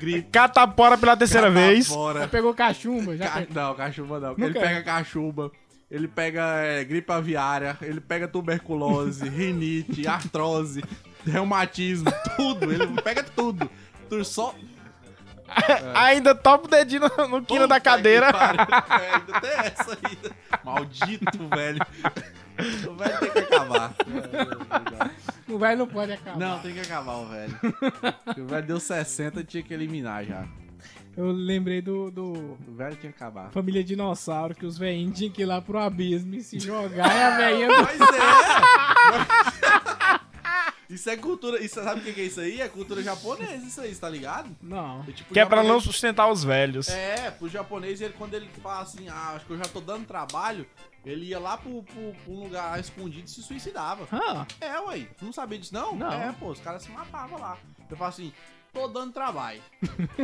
Gripe.
Catapora pela terceira vez.
catapora,
Pegou cachumba, já
Ca-
pegou.
Não, cachumba não. ele
quero.
pega cachumba, ele pega é, gripe aviária, ele pega tuberculose, rinite, artrose, reumatismo, tudo. Ele pega tudo. Tu só.
Ainda topa o dedinho no, no quino da
Puta que
cadeira.
pariu. É, ainda tem essa ainda. Maldito, velho. O velho tem que acabar.
Não vai, não pode acabar.
Não, tem que acabar o velho. O velho deu 60 tinha que eliminar já.
Eu lembrei do, do
O velho tinha que acabar.
Família Dinossauro, que os velhinhos tinham que ir lá pro abismo e se jogar. e a velhinha do...
Pois é! Isso é cultura. Isso, sabe o que que é isso aí? É cultura japonesa, isso aí, você tá ligado?
Não.
É tipo,
Que é pra não
japonês-
sustentar os velhos.
É, pro japonês, ele, quando ele fala assim, ah, acho que eu já tô dando trabalho, ele ia lá pro, pro- pro um lugar escondido e se suicidava.
Ah,
É, ué. Tu não sabia disso, não?
Não.
É, pô, os caras se matavam lá. Eu falo assim, tô dando trabalho.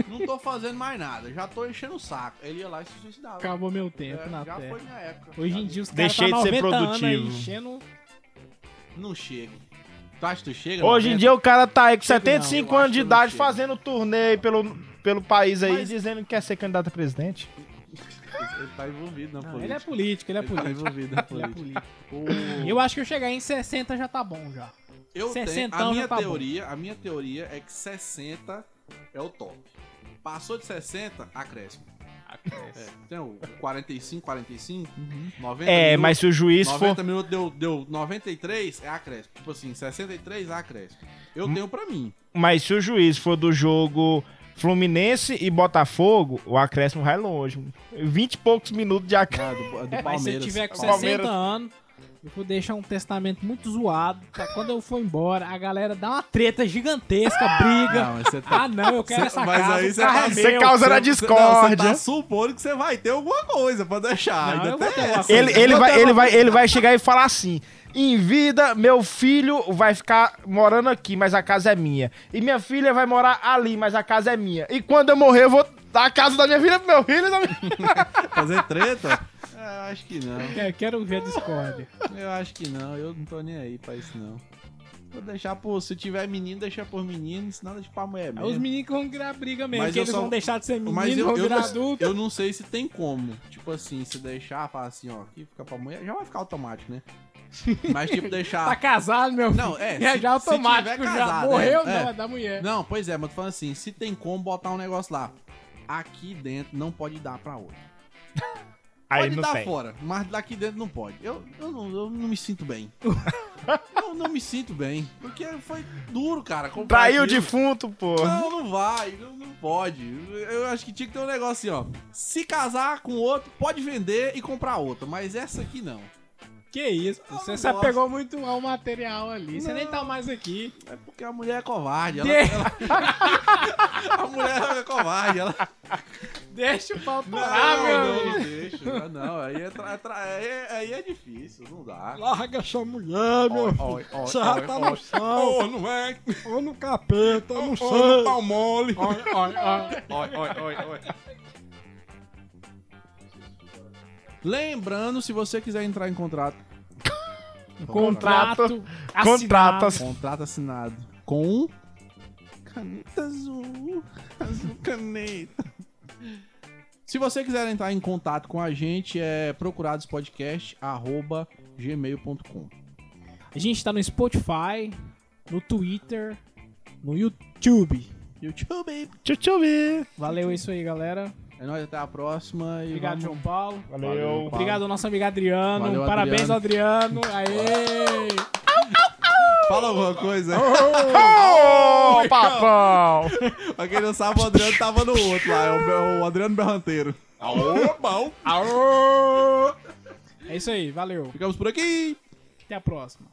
não tô fazendo mais nada, já tô enchendo o saco. Ele ia lá e se suicidava.
acabou meu tempo
É,
na
já
Terra.
foi minha época.
Hoje em dia os caras tá
Deixei de ser
90 anos aí
produtivo.
enchendo...
Não chega. Tu acha que tu chega?
Hoje em
90?
dia o cara tá aí com
Chega não,
75
eu acho
anos
que
de
eu não
idade
chego.
fazendo turnê pelo, pelo país aí,
Mas-
dizendo que quer ser candidato a presidente.
Ele tá envolvido na
Não,
política.
ele é político, ele é
Ele tá
político.
envolvido na
Ele é
política.
político.
O-
Eu acho que eu chegar em 60 já tá bom já.
Eu tenho,
60
a minha
já tá bom.
teoria, a minha teoria é que 60 é o top. Passou de 60, acréscimo. Tem o 45, 45,
Uhum.
90
É,
minutos,
mas se o juiz for.
90 minutos deu, deu 93, é acréscimo. Tipo assim, 63, acréscimo. Eu
Hum.
tenho pra mim.
Mas se o juiz for do jogo Fluminense e Botafogo, o acréscimo vai longe. 20 e poucos minutos de acréscimo.
Ah, do, do
É, Mas se eu
Palmeiras.
tiver com 60
Palmeiras.
anos, eu vou deixar um testamento muito zoado. Pra quando eu for embora, a galera dá uma treta gigantesca, briga.
Não, mas você tá...
Ah, não, eu quero
Ah! Cê-
essa
mas
casa.
aí
o
cê
carro
tá-
é
Você
meu.
causa na
Você
discórdia.
tá supondo que você vai ter alguma coisa pra deixar.
Não, eu
ainda
vou ter
tem
uma
essa.
Ele, ele, vai, ele, vai, ele vai chegar e falar assim: em vida, meu filho vai ficar morando aqui, mas a casa é minha. E minha filha vai morar ali, mas a casa é minha. E quando eu morrer, eu vou dar a casa da minha filha pro meu filho e da minha.
Fazer treta? É, eu acho que não.
É, Eu quero ver a discórdia.
Eu acho que não. Eu não tô nem aí pra isso, não. Vou deixar por... Se tiver menino, deixar por menino. Se nada de pra mulher
É
mesmo.
os meninos que vão virar briga mesmo,
Mas
que
eu
eles
só-
vão deixar de ser menino,
Mas eu,
vão
eu,
virar
não,
adulto.
eu não sei se tem como. Tipo assim, se deixar, falar assim, ó, aqui fica pra mulher, já vai ficar automático, né? Mas tipo,
Tá
deixar.
casado, meu filho.
Não, é.
É,
se-
já
se
automático,
tiver
já
casado,
morreu,
é,
não,
é.
é da mulher.
Não, pois é, mas tô falando assim, se tem como botar um negócio lá. Aqui dentro não pode dar pra outra. Pode dar fora, mas daqui dentro não pode. Eu, eu, não, eu não me sinto bem. eu não me sinto bem. Porque foi duro, cara. comprar
Traiu o
aquilo.
defunto, pô.
Não, não vai, não, não pode. Eu acho que tinha que ter um negócio assim, ó. Se casar com outro, pode vender e comprar outra, mas essa aqui não.
Que isso, pô,
Eu
você
não
só
gosto.
pegou muito ao material ali. Você nem tá mais aqui.
É porque a mulher é covarde. Ela,
De-
a mulher é covarde. Ela,
Deixa o pau
não,
parar, meu
não,
amigo.
não deixa. Não, aí é, tra- tra- aí é- aí é difícil, não dá.
Larga essa mulher, meu filho.
Oi, oi,
Você já
oi,
tá
oi.
no céu,
Ô, não é?
ou no capeta, eu não
Ô,
sei.
pau mole.
Oi, oi, oi, oi.
Lembrando, se você quiser entrar em contrato.
Contrato.
Contrato
assinado.
assinado.
Contrato assinado com um caneta azul, azul caneta. Se você quiser entrar em contato com a gente, é procuradospodcast@gmail.com.
A gente tá no Spotify, no Twitter, no YouTube.
YouTube.
Tchau, tchau, bi.
Valeu, é isso aí, galera.
É nóis, até a próxima e
Obrigado,
vamos...
João Paulo.
Valeu.
Obrigado ao nosso amigo Adriano.
Valeu,
Parabéns, Adriano. Aê!
Fala alguma coisa.
Ô, papão!
pra quem não sabe, o Adriano tava no outro lá, é o, Be- o Adriano Berranteiro. Opa,
É isso aí, valeu.
ficamos por aqui.
Até a próxima.